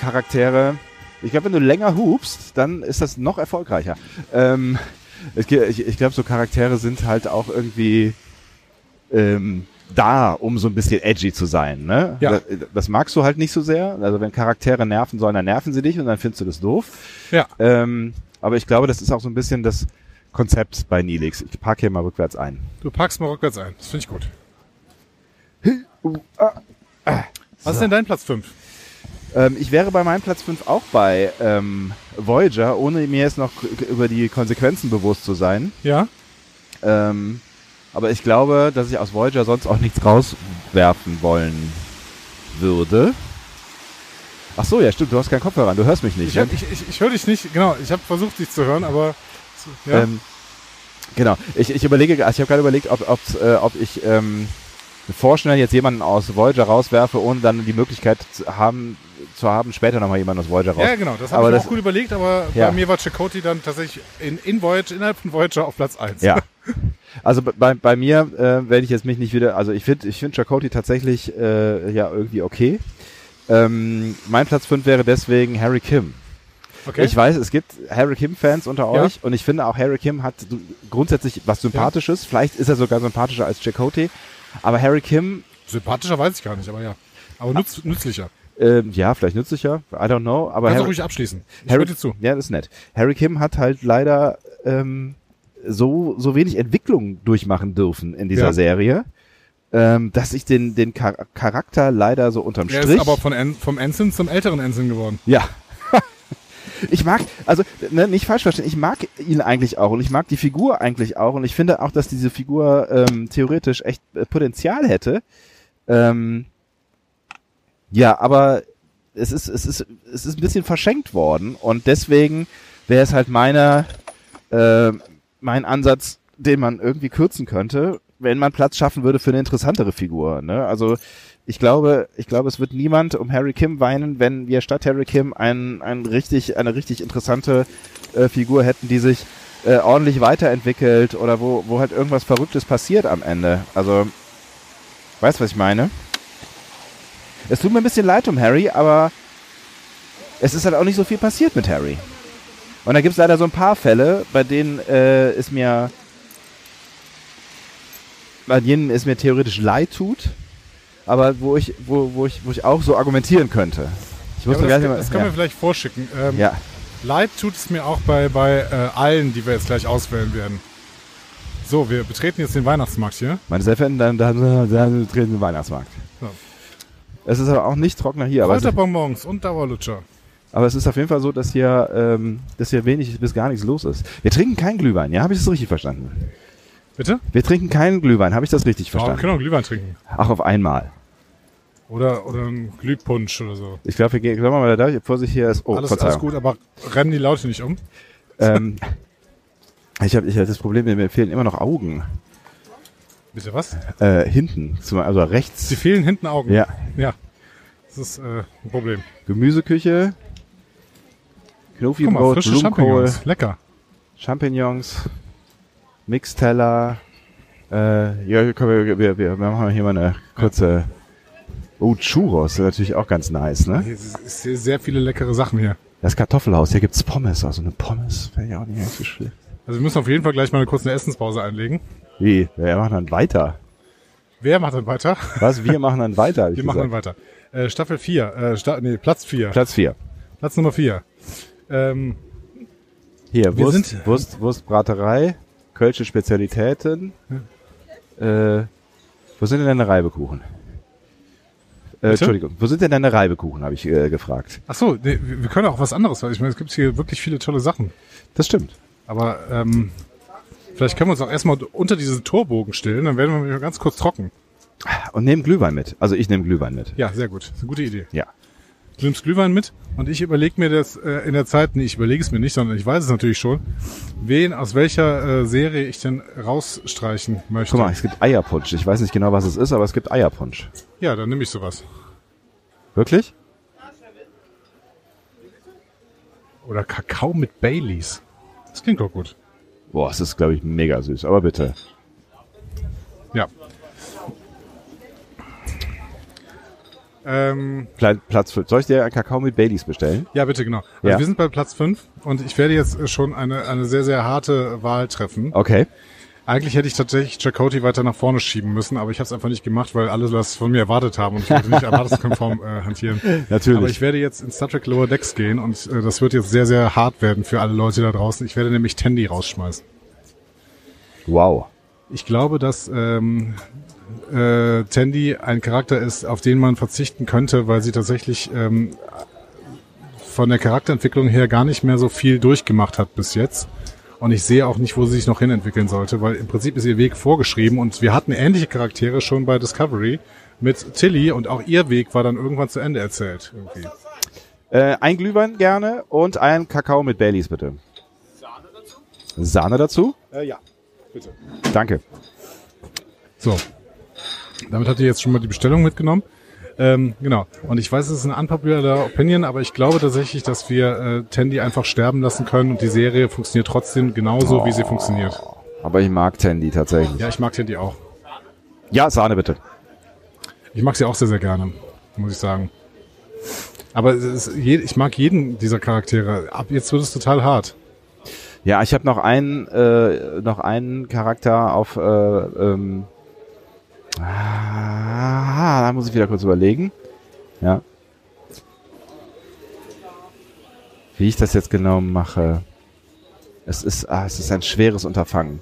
[SPEAKER 2] Charaktere, ich glaube, wenn du länger hubst, dann ist das noch erfolgreicher. Ähm, es, ge- ich ich glaube, so Charaktere sind halt auch irgendwie ähm, da, um so ein bisschen edgy zu sein. Ne?
[SPEAKER 1] Ja.
[SPEAKER 2] Das, das magst du halt nicht so sehr. Also wenn Charaktere nerven sollen, dann nerven sie dich und dann findest du das doof.
[SPEAKER 1] Ja.
[SPEAKER 2] Ähm, aber ich glaube, das ist auch so ein bisschen das Konzept bei Nilix. Ich parke hier mal rückwärts ein.
[SPEAKER 1] Du packst mal rückwärts ein. Das finde ich gut. Was ist denn dein Platz 5?
[SPEAKER 2] Ähm, ich wäre bei meinem Platz 5 auch bei ähm, Voyager, ohne mir jetzt noch k- über die Konsequenzen bewusst zu sein.
[SPEAKER 1] Ja?
[SPEAKER 2] Ähm, aber ich glaube, dass ich aus Voyager sonst auch nichts rauswerfen wollen würde. Ach so, ja, stimmt, du hast keinen Kopfhörer an, du hörst mich nicht.
[SPEAKER 1] Ich,
[SPEAKER 2] ne?
[SPEAKER 1] hab- ich, ich, ich höre dich nicht. Genau, ich habe versucht, dich zu hören, aber... Ja.
[SPEAKER 2] Ähm, genau. Ich, ich überlege, ich habe gerade überlegt, ob, ob's, äh, ob ich ähm, vorschnell jetzt jemanden aus Voyager rauswerfe, ohne dann die Möglichkeit zu haben, zu haben später nochmal jemanden aus Voyager raus.
[SPEAKER 1] ja, genau. Das habe
[SPEAKER 2] aber
[SPEAKER 1] ich mir
[SPEAKER 2] das-
[SPEAKER 1] auch gut überlegt, aber
[SPEAKER 2] Ja.
[SPEAKER 1] bei mir war Chakoti dann tatsächlich in, in Voyager, innerhalb von Voyager auf Platz 1.
[SPEAKER 2] Ja. Also bei- bei, bei mir äh, werde ich jetzt mich nicht wieder, also ich finde ich find Chakoti tatsächlich äh, ja irgendwie okay. Ähm, mein Platz 5 wäre deswegen Harry Kim.
[SPEAKER 1] [LAUGHS] Okay.
[SPEAKER 2] Ich weiß, es gibt Harry Kim-Fans unter
[SPEAKER 1] Ja.
[SPEAKER 2] euch und ich finde auch Harry Kim hat so grundsätzlich was Sympathisches. Vielleicht ist er sogar sympathischer als Chakotay. Aber Harry Kim,
[SPEAKER 1] Sympathischer weiß ich gar nicht, aber ja. Aber nütz, nützlicher.
[SPEAKER 2] ähm, ja, vielleicht nützlicher, I don't know. Aber
[SPEAKER 1] Kannst du
[SPEAKER 2] Harry,
[SPEAKER 1] ruhig abschließen. Ich höre
[SPEAKER 2] Harry,
[SPEAKER 1] dir zu.
[SPEAKER 2] Ja, das ist nett. Harry Kim hat halt leider ähm, so, so wenig Entwicklung durchmachen dürfen in dieser
[SPEAKER 1] Ja.
[SPEAKER 2] Serie, ähm, dass ich den, den Char Charakter leider so unterm
[SPEAKER 1] Er
[SPEAKER 2] Strich.
[SPEAKER 1] ist aber von An vom Ensign zum älteren Ensign geworden.
[SPEAKER 2] ja. [LAUGHS] Ich mag, also ne, nicht falsch verstehen, ich mag ihn eigentlich auch und ich mag die Figur eigentlich auch und ich finde auch, dass diese Figur ähm, theoretisch echt äh, Potenzial hätte. Ähm, ja, aber es ist, es ist, es ist ein bisschen verschenkt worden und deswegen wäre es halt meiner, äh, mein Ansatz, den man irgendwie kürzen könnte, wenn man Platz schaffen würde für eine interessantere Figur. Ne? Also ich glaube, ich glaube, es wird niemand um Harry Kim weinen, wenn wir statt Harry Kim ein, ein richtig, eine richtig interessante äh, Figur hätten, die sich äh, ordentlich weiterentwickelt oder wo, wo halt irgendwas Verrücktes passiert am Ende. Also, weißt du, was ich meine? Es tut mir ein bisschen leid um Harry, aber es ist halt auch nicht so viel passiert mit Harry. Und da gibt es leider so ein paar Fälle, bei denen äh, es mir bei denen es mir theoretisch leid tut, aber wo ich, wo, wo ich, wo ich auch so argumentieren könnte. Ich muss
[SPEAKER 1] Ja, aber
[SPEAKER 2] mir gar
[SPEAKER 1] das,
[SPEAKER 2] nicht
[SPEAKER 1] kann-
[SPEAKER 2] mal,
[SPEAKER 1] das können wir vielleicht vorschicken. Ähm,
[SPEAKER 2] ja. ja.
[SPEAKER 1] Leid tut es mir auch bei, bei äh, allen, die wir jetzt gleich auswählen werden. So, wir betreten jetzt den Weihnachtsmarkt hier.
[SPEAKER 2] Meine sehr verehrten Damen und Herren, dann treten wir Weihnachtsmarkt.
[SPEAKER 1] Ja.
[SPEAKER 2] Es ist aber auch nicht trockener hier, aber es, ist,
[SPEAKER 1] Kräuterbonbons und Dauerlutscher.
[SPEAKER 2] aber es ist auf jeden Fall so, dass hier, ähm, dass hier wenig bis gar nichts los ist. Wir trinken keinen Glühwein, ja? Habe ich das richtig verstanden?
[SPEAKER 1] Bitte?
[SPEAKER 2] Wir trinken keinen Glühwein, habe ich das richtig
[SPEAKER 1] Ja, wir
[SPEAKER 2] verstanden?
[SPEAKER 1] können auch Glühwein trinken.
[SPEAKER 2] Ach, auf einmal.
[SPEAKER 1] Oder, oder einen Glühpunsch oder so.
[SPEAKER 2] Ich glaube, wir gehen, sagen wir mal, da vorsicht hier ist. Oh,
[SPEAKER 1] alles,
[SPEAKER 2] Verzeihung.
[SPEAKER 1] alles gut, aber rennen die Laute nicht um.
[SPEAKER 2] Ähm, ich habe ich hab das Problem, mir fehlen immer noch Augen.
[SPEAKER 1] Bitte was?
[SPEAKER 2] Äh, hinten, zum- also
[SPEAKER 1] Sie
[SPEAKER 2] rechts.
[SPEAKER 1] fehlen hinten Augen.
[SPEAKER 2] Ja.
[SPEAKER 1] Ja. Das ist äh, ein Problem.
[SPEAKER 2] Gemüseküche.
[SPEAKER 1] Guck mal,
[SPEAKER 2] Knofibrot,
[SPEAKER 1] frische
[SPEAKER 2] Blumenkohl,
[SPEAKER 1] Champignons. Lecker.
[SPEAKER 2] Champignons, Mixteller. Äh, ja, komm, wir, wir, wir machen hier mal eine kurze. Oh, Churros sind natürlich auch ganz nice, ne?
[SPEAKER 1] Hier ist, ist hier sehr viele leckere Sachen hier.
[SPEAKER 2] Das Kartoffelhaus, hier gibt's Pommes, also eine Pommes wäre ja auch nicht ganz so schlimm.
[SPEAKER 1] Also wir müssen auf jeden Fall gleich mal eine kurze Essenspause einlegen.
[SPEAKER 2] Wie? Wir machen dann weiter.
[SPEAKER 1] Wer macht dann weiter?
[SPEAKER 2] Was? Wir machen dann weiter. hab ich
[SPEAKER 1] Wir machen dann
[SPEAKER 2] gesagt.
[SPEAKER 1] weiter. Äh, Staffel 4, äh, Sta nee, Platz 4.
[SPEAKER 2] Platz vier.
[SPEAKER 1] Platz Nummer 4. Ähm,
[SPEAKER 2] Hier,
[SPEAKER 1] Wir
[SPEAKER 2] Wurst,
[SPEAKER 1] sind-
[SPEAKER 2] Wurst, Wurstbraterei, Kölsche Spezialitäten. Äh, wo sind denn deine Reibekuchen? Äh, Entschuldigung, wo sind denn deine Reibekuchen, habe ich äh, gefragt.
[SPEAKER 1] ach so, nee, wir wir können auch was anderes, weil ich meine, es gibt hier wirklich viele tolle Sachen.
[SPEAKER 2] Das stimmt.
[SPEAKER 1] Aber ähm, vielleicht können wir uns auch erstmal unter diesen Torbogen stellen, dann werden wir nämlich mal ganz kurz trocken.
[SPEAKER 2] Und nehmen Glühwein mit. Also ich nehme Glühwein mit.
[SPEAKER 1] Ja, sehr gut. Das ist eine gute Idee.
[SPEAKER 2] Ja.
[SPEAKER 1] Du nimmst Glühwein mit und ich überlege mir das äh, in der Zeit, nee, ich überlege es mir nicht, sondern ich weiß es natürlich schon, wen aus welcher äh, Serie ich denn rausstreichen möchte.
[SPEAKER 2] Guck mal, es gibt Eierpunsch. Ich weiß nicht genau, was es ist, aber es gibt Eierpunsch.
[SPEAKER 1] Ja, dann nehme ich sowas.
[SPEAKER 2] Wirklich?
[SPEAKER 1] Oder Kakao mit Baileys. Das klingt doch gut.
[SPEAKER 2] Boah, es ist, glaube ich, mega süß. Aber bitte.
[SPEAKER 1] Ja. Ähm,
[SPEAKER 2] Klein Platz für. Soll ich dir einen Kakao mit Baileys bestellen?
[SPEAKER 1] ja, bitte, genau. Also
[SPEAKER 2] Ja.
[SPEAKER 1] Wir sind bei Platz 5 und ich werde jetzt äh, schon eine, eine sehr, sehr harte Wahl treffen.
[SPEAKER 2] Okay.
[SPEAKER 1] Eigentlich hätte ich tatsächlich Chakoti weiter nach vorne schieben müssen, aber ich habe es einfach nicht gemacht, weil alle das von mir erwartet haben und ich wollte
[SPEAKER 2] [LAUGHS]
[SPEAKER 1] nicht erwartungskonform äh, hantieren.
[SPEAKER 2] Natürlich.
[SPEAKER 1] Aber ich werde jetzt in Star Trek Lower Decks gehen und äh, das wird jetzt sehr, sehr hart werden für alle Leute da draußen. Ich werde nämlich Tandy rausschmeißen.
[SPEAKER 2] Wow.
[SPEAKER 1] Ich glaube, dass ähm, äh, Tandy ein Charakter ist, auf den man verzichten könnte, weil sie tatsächlich ähm, von der Charakterentwicklung her gar nicht mehr so viel durchgemacht hat bis jetzt. Und ich sehe auch nicht, wo sie sich noch hinentwickeln sollte, weil im Prinzip ist ihr Weg vorgeschrieben und wir hatten ähnliche Charaktere schon bei Discovery mit Tilly und auch ihr Weg war dann irgendwann zu Ende erzählt. Irgendwie.
[SPEAKER 2] Äh, ein Glühwein gerne und ein Kakao mit Baileys, bitte. Sahne dazu?
[SPEAKER 1] Äh, ja, bitte.
[SPEAKER 2] Danke.
[SPEAKER 1] So. Damit habt ihr jetzt schon mal die Bestellung mitgenommen. Ähm, genau. Und ich weiß, es ist eine unpopular Opinion, aber ich glaube tatsächlich, dass wir äh, Tandy einfach sterben lassen können und die Serie funktioniert trotzdem genauso, wie sie funktioniert.
[SPEAKER 2] Aber ich mag Tandy tatsächlich.
[SPEAKER 1] Ja, ich mag Tandy auch.
[SPEAKER 2] Ja, Sahne bitte.
[SPEAKER 1] Ich mag sie auch sehr, sehr gerne, muss ich sagen. Aber es ist je, ich mag jeden dieser Charaktere. Ab jetzt wird es total hart.
[SPEAKER 2] Ja, ich habe noch einen, äh, noch einen Charakter auf. Äh, ähm, ah, da muss ich wieder kurz überlegen. Ja. Wie ich das jetzt genau mache. Es ist, ah, es ist ein schweres Unterfangen.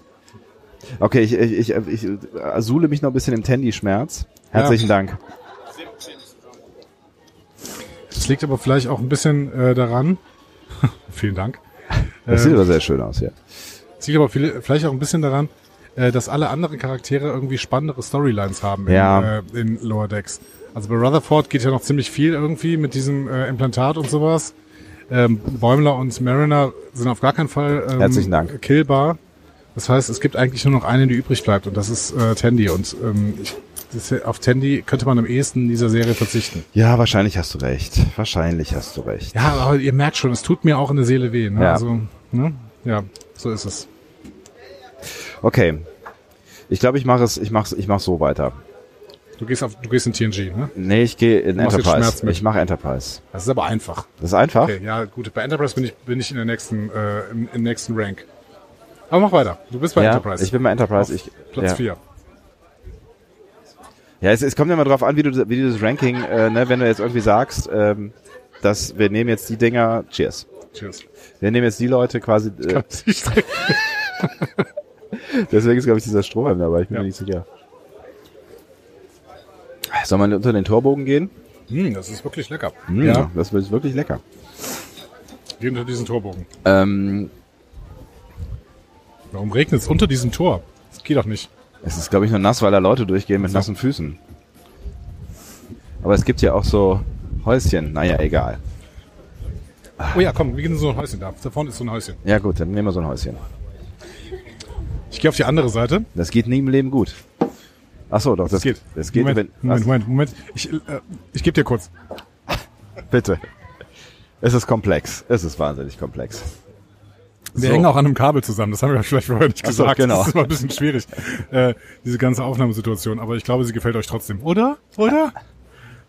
[SPEAKER 2] Okay, ich, ich, ich, ich äh, suhle mich noch ein bisschen im Tandy-Schmerz. Herzlichen Dank.
[SPEAKER 1] Das liegt aber vielleicht auch ein bisschen äh, daran. [LAUGHS] Vielen Dank.
[SPEAKER 2] Das
[SPEAKER 1] Ähm,
[SPEAKER 2] sieht aber sehr schön aus, ja.
[SPEAKER 1] Das liegt aber viel, vielleicht auch ein bisschen daran, äh, dass alle anderen Charaktere irgendwie spannendere Storylines haben
[SPEAKER 2] Ja.
[SPEAKER 1] in, äh, in Lower Decks. Also bei Rutherford geht ja noch ziemlich viel irgendwie mit diesem äh, Implantat und sowas. Ähm, Bäumler und Mariner sind auf gar keinen Fall ähm,
[SPEAKER 2] Herzlichen Dank.
[SPEAKER 1] killbar. Das heißt, es gibt eigentlich nur noch eine, die übrig bleibt und das ist äh, Tandy. Und ähm, ich, das, auf Tandy könnte man am ehesten in dieser Serie verzichten.
[SPEAKER 2] Ja, wahrscheinlich hast du recht. Wahrscheinlich hast du recht.
[SPEAKER 1] Ja, aber ihr merkt schon, es tut mir auch in der Seele weh. Ne?
[SPEAKER 2] Ja.
[SPEAKER 1] Also, ne? ja, so ist es.
[SPEAKER 2] Okay. Ich glaube, ich mache es, ich mach's, ich mach so weiter.
[SPEAKER 1] Du gehst auf, du gehst in TNG, ne?
[SPEAKER 2] Nee, ich gehe in
[SPEAKER 1] Du machst jetzt Schmerz
[SPEAKER 2] Enterprise.
[SPEAKER 1] mit.
[SPEAKER 2] Ich mache Enterprise.
[SPEAKER 1] Das ist aber einfach.
[SPEAKER 2] Das ist einfach.
[SPEAKER 1] Okay, ja, gut. Bei Enterprise bin ich, bin ich in der nächsten, äh, im, im nächsten Rank. Aber mach weiter. Du bist bei
[SPEAKER 2] ja,
[SPEAKER 1] Enterprise.
[SPEAKER 2] Ich bin bei
[SPEAKER 1] Auf
[SPEAKER 2] Enterprise. Ich,
[SPEAKER 1] Platz
[SPEAKER 2] ja.
[SPEAKER 1] 4.
[SPEAKER 2] Ja, es, es kommt ja mal drauf an, wie du, wie du das Ranking, äh, ne, wenn du jetzt irgendwie sagst, ähm, dass wir nehmen jetzt die Dinger, cheers.
[SPEAKER 1] Cheers.
[SPEAKER 2] Wir nehmen jetzt die Leute quasi,
[SPEAKER 1] [LAUGHS]
[SPEAKER 2] äh,
[SPEAKER 1] Ich denke,
[SPEAKER 2] [LAUGHS] deswegen ist, glaube ich, dieser Strohhalm dabei, ich bin
[SPEAKER 1] Ja.
[SPEAKER 2] mir nicht sicher. Soll man unter den Torbogen gehen?
[SPEAKER 1] hm, das ist wirklich lecker.
[SPEAKER 2] Mm,
[SPEAKER 1] Ja,
[SPEAKER 2] Das wird wirklich lecker.
[SPEAKER 1] geh unter diesen Torbogen.
[SPEAKER 2] Ähm,
[SPEAKER 1] Warum regnet es unter diesem Tor? Das geht doch nicht.
[SPEAKER 2] es ist, glaube ich, nur nass, weil da Leute durchgehen mit nassen Füßen. Aber es gibt ja auch so Häuschen. Naja, egal.
[SPEAKER 1] Oh ja, komm, wir gehen in so ein Häuschen da. Da vorne ist so ein Häuschen.
[SPEAKER 2] Ja gut, dann nehmen wir so ein Häuschen.
[SPEAKER 1] Ich gehe auf die andere Seite.
[SPEAKER 2] Das geht nie im Leben gut. Ach so, doch, das,
[SPEAKER 1] Das geht.
[SPEAKER 2] Das geht,
[SPEAKER 1] Moment,
[SPEAKER 2] wenn,
[SPEAKER 1] Moment,
[SPEAKER 2] was-
[SPEAKER 1] Moment, Moment. Ich, äh, ich gebe dir kurz.
[SPEAKER 2] Bitte. Es ist komplex. Es ist wahnsinnig komplex.
[SPEAKER 1] Wir
[SPEAKER 2] So.
[SPEAKER 1] hängen auch an einem Kabel zusammen, das haben wir vielleicht vorher nicht
[SPEAKER 2] Ach so,
[SPEAKER 1] gesagt.
[SPEAKER 2] genau.
[SPEAKER 1] Das ist immer ein bisschen schwierig, äh, diese ganze Aufnahmesituation. Aber ich glaube, sie gefällt euch trotzdem, oder? Oder?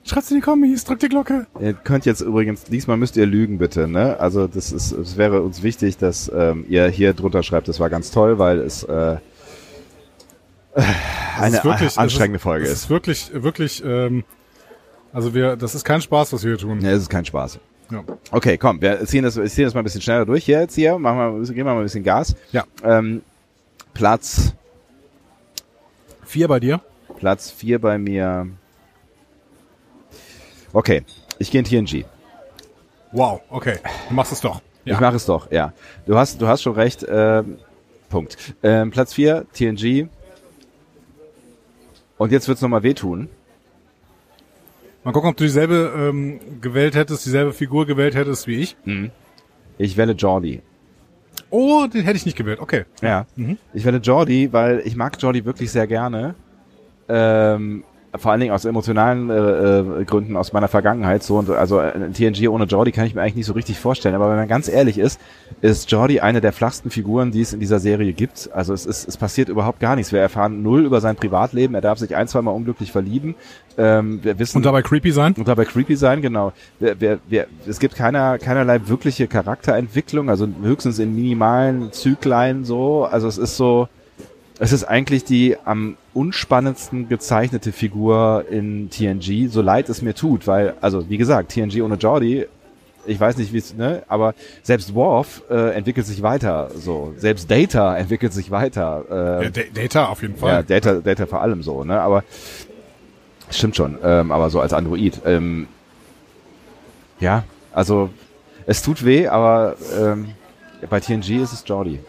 [SPEAKER 1] Schreibt's in die Kommis, drückt die Glocke.
[SPEAKER 2] Ihr könnt jetzt übrigens, diesmal müsst ihr lügen, bitte. Ne? Also das ist, es wäre uns wichtig, dass ähm, ihr hier drunter schreibt, das war ganz toll, weil es äh,
[SPEAKER 1] Das
[SPEAKER 2] eine anstrengende
[SPEAKER 1] das ist,
[SPEAKER 2] Folge
[SPEAKER 1] das
[SPEAKER 2] ist.
[SPEAKER 1] ist wirklich, wirklich, ähm, also wir, das ist kein Spaß, was wir hier tun.
[SPEAKER 2] Ja, es ist kein Spaß.
[SPEAKER 1] Ja.
[SPEAKER 2] Okay, komm, wir ziehen das, wir ziehen das mal ein bisschen schneller durch hier jetzt hier. Machen wir, mal ein bisschen- geben wir mal ein bisschen Gas.
[SPEAKER 1] ja.
[SPEAKER 2] Ähm, Platz,
[SPEAKER 1] Vier bei dir.
[SPEAKER 2] Platz vier bei mir. Okay, ich gehe in TNG.
[SPEAKER 1] Wow, okay. Du machst es doch.
[SPEAKER 2] Ich mache es doch, ja. Du hast, du hast schon recht. Ähm, Punkt. Ähm, Platz 4, TNG. Und jetzt wird's nochmal wehtun.
[SPEAKER 1] Mal gucken, ob du dieselbe ähm, gewählt hättest, dieselbe Figur gewählt hättest wie ich.
[SPEAKER 2] Hm. Ich wähle Jordi.
[SPEAKER 1] Oh, den hätte ich nicht gewählt. Okay.
[SPEAKER 2] Ja. Ich wähle Jordi, weil ich mag Jordi wirklich sehr gerne. Ähm, vor allen Dingen aus emotionalen äh, äh, Gründen aus meiner Vergangenheit so und also äh, ein TNG ohne Jordi kann ich mir eigentlich nicht so richtig vorstellen. Aber wenn man ganz ehrlich ist, ist Jordi eine der flachsten Figuren, die es in dieser Serie gibt. Also es ist es passiert überhaupt gar nichts. Wir erfahren null über sein Privatleben. Er darf sich ein, zweimal unglücklich verlieben. Ähm, wir wissen
[SPEAKER 1] Und dabei creepy sein.
[SPEAKER 2] und dabei creepy sein, genau. Wir, wir, wir, es gibt keiner, keinerlei wirkliche Charakterentwicklung, also höchstens in minimalen Züglein so. Also es ist so, es ist eigentlich die am unspannendsten gezeichnete Figur in TNG, so leid es mir tut, weil, also wie gesagt, TNG ohne Jordi, ich weiß nicht, wie es, ne, aber selbst Worf äh, entwickelt sich weiter, so. Selbst Data entwickelt sich weiter. Äh,
[SPEAKER 1] Ja, D- Data auf jeden Fall.
[SPEAKER 2] ja, Data, Data vor allem so, ne? Aber stimmt schon, ähm, aber so als Android. Ähm, ja, also es tut weh, aber ähm, bei TNG ist es Jordi.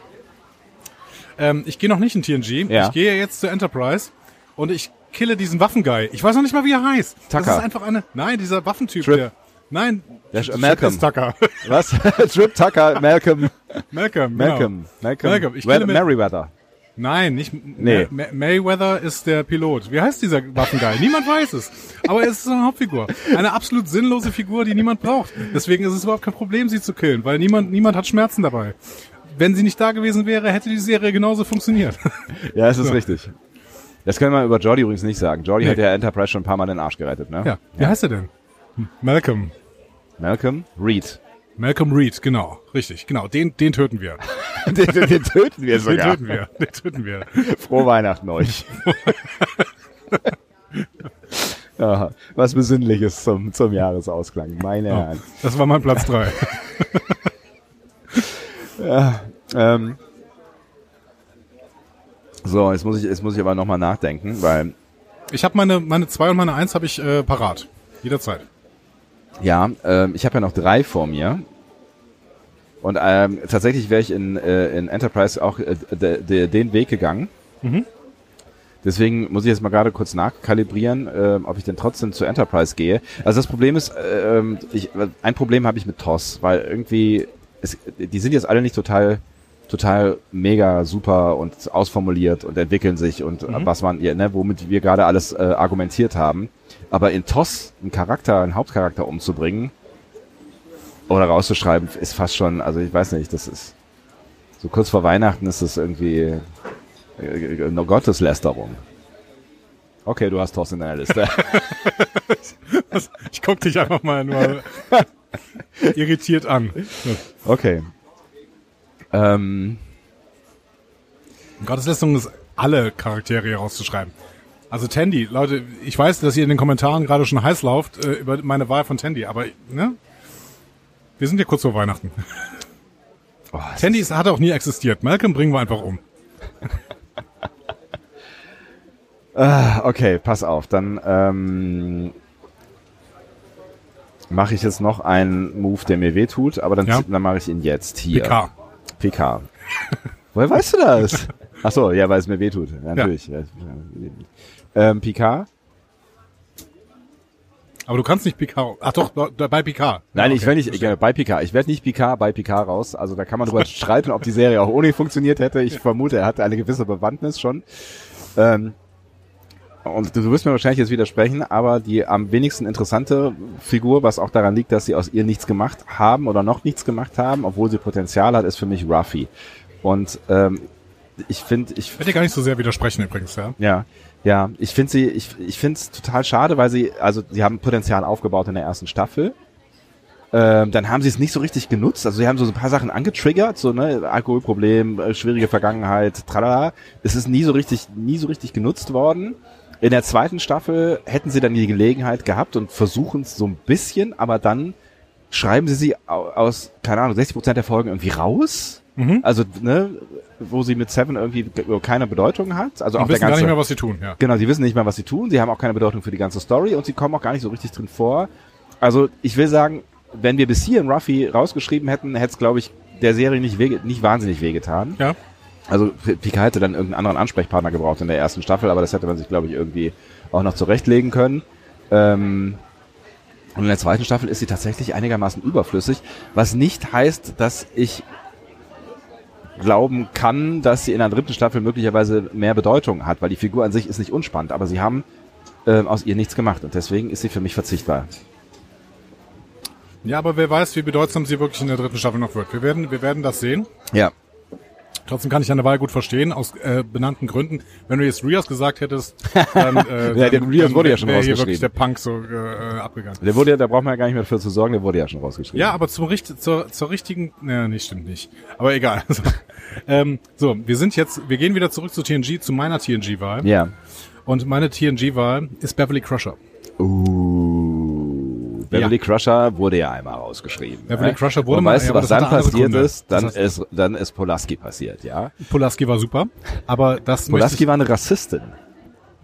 [SPEAKER 1] Ähm, ich gehe noch nicht in TNG.
[SPEAKER 2] Ja.
[SPEAKER 1] Ich gehe jetzt zur Enterprise und ich kille diesen Waffenguy. Ich weiß noch nicht mal, wie er heißt.
[SPEAKER 2] Tucker.
[SPEAKER 1] Das ist einfach eine. Nein, dieser Waffentyp.
[SPEAKER 2] Trip.
[SPEAKER 1] Der, nein,
[SPEAKER 2] Der ist-
[SPEAKER 1] Trip
[SPEAKER 2] Malcolm.
[SPEAKER 1] ist Tucker. [LAUGHS]
[SPEAKER 2] Was? [LAUGHS] Trip Tucker, Malcolm,
[SPEAKER 1] Malcolm.
[SPEAKER 2] Malcolm,
[SPEAKER 1] Genau.
[SPEAKER 2] Malcolm,
[SPEAKER 1] Malcolm, ich
[SPEAKER 2] Well,
[SPEAKER 1] kenne mit-
[SPEAKER 2] Merryweather.
[SPEAKER 1] Nein, nicht. Nee.
[SPEAKER 2] Nee.
[SPEAKER 1] Ma Ma- Mayweather ist der Pilot. Wie heißt dieser Waffenguy? niemand weiß es. Aber er ist so eine Hauptfigur. Eine absolut sinnlose Figur, die niemand braucht. Deswegen ist es überhaupt kein Problem, sie zu killen, weil niemand, niemand hat Schmerzen dabei. Wenn sie nicht da gewesen wäre, hätte die Serie genauso funktioniert. [LAUGHS]
[SPEAKER 2] Ja, es ist richtig. Das können wir über Jordi übrigens nicht sagen. Jordi
[SPEAKER 1] Nee.
[SPEAKER 2] hat ja Enterprise schon ein paar Mal den Arsch gerettet, ne?
[SPEAKER 1] ja. Wie heißt er denn? Malcolm.
[SPEAKER 2] Malcolm Reed. [LAUGHS]
[SPEAKER 1] Malcolm Reed, genau. Richtig, genau. Den, den töten wir.
[SPEAKER 2] den, den, den töten wir
[SPEAKER 1] Den
[SPEAKER 2] sogar.
[SPEAKER 1] töten wir. Den töten wir.
[SPEAKER 2] Frohe Weihnachten euch. [LAUGHS] Aha, was Besinnliches zum, zum Jahresausklang, meine Herren.
[SPEAKER 1] Das war mein Platz drei.
[SPEAKER 2] Ähm, so, jetzt muss ich, jetzt muss ich aber nochmal nachdenken, weil
[SPEAKER 1] Ich habe meine, meine zwei und meine eins habe ich äh, parat. Jederzeit. [LAUGHS]
[SPEAKER 2] Ja, ähm, ich habe ja noch drei vor mir. Und ähm, tatsächlich wäre ich in, äh, in Enterprise auch äh, de, de, den Weg gegangen. Deswegen muss ich jetzt mal gerade kurz nachkalibrieren, ähm, ob ich denn trotzdem zu Enterprise gehe. Also das Problem ist, äh, ähm, ich, ein Problem habe ich mit TOS, weil irgendwie, es, die sind jetzt alle nicht total total mega super und ausformuliert und entwickeln sich und äh, was man, ja, ne, womit wir gerade alles äh, argumentiert haben. Aber in TOS einen Charakter, einen Hauptcharakter umzubringen oder rauszuschreiben, ist fast schon, also ich weiß nicht, das ist so kurz vor Weihnachten ist das irgendwie äh, eine Gotteslästerung. Okay, du hast TOS in deiner Liste.
[SPEAKER 1] Ich guck dich einfach mal nur irritiert an.
[SPEAKER 2] Okay. Ähm,
[SPEAKER 1] Gotteslästerung Um ist, alle Charaktere hier rauszuschreiben. Also Tandy, Leute, ich weiß, dass ihr in den Kommentaren gerade schon heiß lauft äh, über meine Wahl von Tandy, aber ne? Wir sind ja kurz vor Weihnachten.
[SPEAKER 2] oh, es
[SPEAKER 1] Tandy ist, hat auch nie existiert. Malcolm bringen wir einfach um.
[SPEAKER 2] Okay, pass auf, dann ähm, mache ich jetzt noch einen Move, der mir wehtut, aber dann,
[SPEAKER 1] Ja.
[SPEAKER 2] dann mache ich ihn jetzt hier.
[SPEAKER 1] PK.
[SPEAKER 2] PK. Woher weißt du das? Ach so, ja, weil es mir wehtut, Ja, natürlich. Ja. Ähm, PK?
[SPEAKER 1] Aber du kannst nicht PK. Ach doch, da- da- bei PK.
[SPEAKER 2] Nein,
[SPEAKER 1] Ja, Ah,
[SPEAKER 2] ich
[SPEAKER 1] okay,
[SPEAKER 2] werde nicht
[SPEAKER 1] verstehe.
[SPEAKER 2] äh, bei PK. Ich werde nicht PK bei PK raus. Also da kann man
[SPEAKER 1] [LAUGHS]
[SPEAKER 2] drüber streiten, ob die Serie auch ohne ihn funktioniert hätte. Ich vermute, er hatte eine gewisse Bewandtnis schon. Ähm, und du, du wirst mir wahrscheinlich jetzt widersprechen, aber die am wenigsten interessante Figur, was auch daran liegt, dass sie aus ihr nichts gemacht haben oder noch nichts gemacht haben, obwohl sie Potenzial hat, ist für mich Ruffy. Und ähm, ich finde, ich
[SPEAKER 1] Ich werde dir gar nicht so sehr widersprechen übrigens, ja.
[SPEAKER 2] ja, ja. Ich finde sie, ich, ich finde es total schade, weil sie, also sie haben Potenzial aufgebaut in der ersten Staffel. Ähm, dann haben sie es nicht so richtig genutzt. Also sie haben so ein paar Sachen angetriggert, so ne Alkoholproblem, äh, schwierige Vergangenheit, tralala. Es ist nie so richtig, nie so richtig genutzt worden. In der zweiten Staffel hätten sie dann die Gelegenheit gehabt und versuchen es so ein bisschen, aber dann schreiben sie sie au- aus, keine Ahnung, 60 Prozent der Folgen irgendwie raus.
[SPEAKER 1] Mhm.
[SPEAKER 2] Also ne, wo sie mit Seven irgendwie ge- keine Bedeutung hat. Also auch
[SPEAKER 1] Und
[SPEAKER 2] der
[SPEAKER 1] wissen gar
[SPEAKER 2] ganze
[SPEAKER 1] nicht mehr, was sie tun, ja.
[SPEAKER 2] Genau, sie wissen nicht mehr, was sie tun, sie haben auch keine Bedeutung für die ganze Story und sie kommen auch gar nicht so richtig drin vor. Also ich will sagen, wenn wir bis hierhin Ruffy rausgeschrieben hätten, hätte es, glaube ich, der Serie nicht, weh, nicht wahnsinnig wehgetan.
[SPEAKER 1] Ja.
[SPEAKER 2] Also P- Pika hätte dann irgendeinen anderen Ansprechpartner gebraucht in der ersten Staffel, aber das hätte man sich, glaube ich, irgendwie auch noch zurechtlegen können. Ähm, und in der zweiten Staffel ist sie tatsächlich einigermaßen überflüssig, was nicht heißt, dass ich glauben kann, dass sie in der dritten Staffel möglicherweise mehr Bedeutung hat, weil die Figur an sich ist nicht unspannend, aber sie haben ähm, aus ihr nichts gemacht und deswegen ist sie für mich verzichtbar.
[SPEAKER 1] Ja, aber wer weiß, wie bedeutsam sie wirklich in der dritten Staffel noch wird. Wir werden, wir werden das sehen.
[SPEAKER 2] Ja.
[SPEAKER 1] Trotzdem kann ich deine Wahl gut verstehen, aus äh, benannten Gründen. Wenn du jetzt Rias gesagt hättest, dann, äh,
[SPEAKER 2] [LAUGHS]
[SPEAKER 1] dann,
[SPEAKER 2] Ja, der Rias
[SPEAKER 1] dann
[SPEAKER 2] wurde ja schon
[SPEAKER 1] wär hier
[SPEAKER 2] rausgeschrieben.
[SPEAKER 1] wirklich der Punk so äh, äh, abgegangen.
[SPEAKER 2] Der wurde ja, da braucht man ja gar nicht mehr für zu sorgen, der wurde ja schon rausgeschrieben.
[SPEAKER 1] Ja, aber zum richt zur, zur richtigen. Naja, nee, stimmt nicht. Aber egal. [LAUGHS] Also, ähm, so, wir sind jetzt, wir gehen wieder zurück zu TNG, zu meiner TNG-Wahl.
[SPEAKER 2] Ja.
[SPEAKER 1] Und meine TNG-Wahl ist Beverly Crusher.
[SPEAKER 2] Uh, Beverly
[SPEAKER 1] Ja.
[SPEAKER 2] Crusher wurde ja einmal rausgeschrieben.
[SPEAKER 1] Beverly
[SPEAKER 2] ne?
[SPEAKER 1] Crusher wurde
[SPEAKER 2] Und
[SPEAKER 1] mal-
[SPEAKER 2] weißt
[SPEAKER 1] ja,
[SPEAKER 2] du,
[SPEAKER 1] aber
[SPEAKER 2] was
[SPEAKER 1] das
[SPEAKER 2] dann
[SPEAKER 1] hat eine andere
[SPEAKER 2] passiert
[SPEAKER 1] Gründe.
[SPEAKER 2] ist? Dann
[SPEAKER 1] Das hat-
[SPEAKER 2] ist, dann ist Polaski passiert, ja.
[SPEAKER 1] Polaski war super, aber das möchte
[SPEAKER 2] Polaski
[SPEAKER 1] ich,
[SPEAKER 2] war eine Rassistin.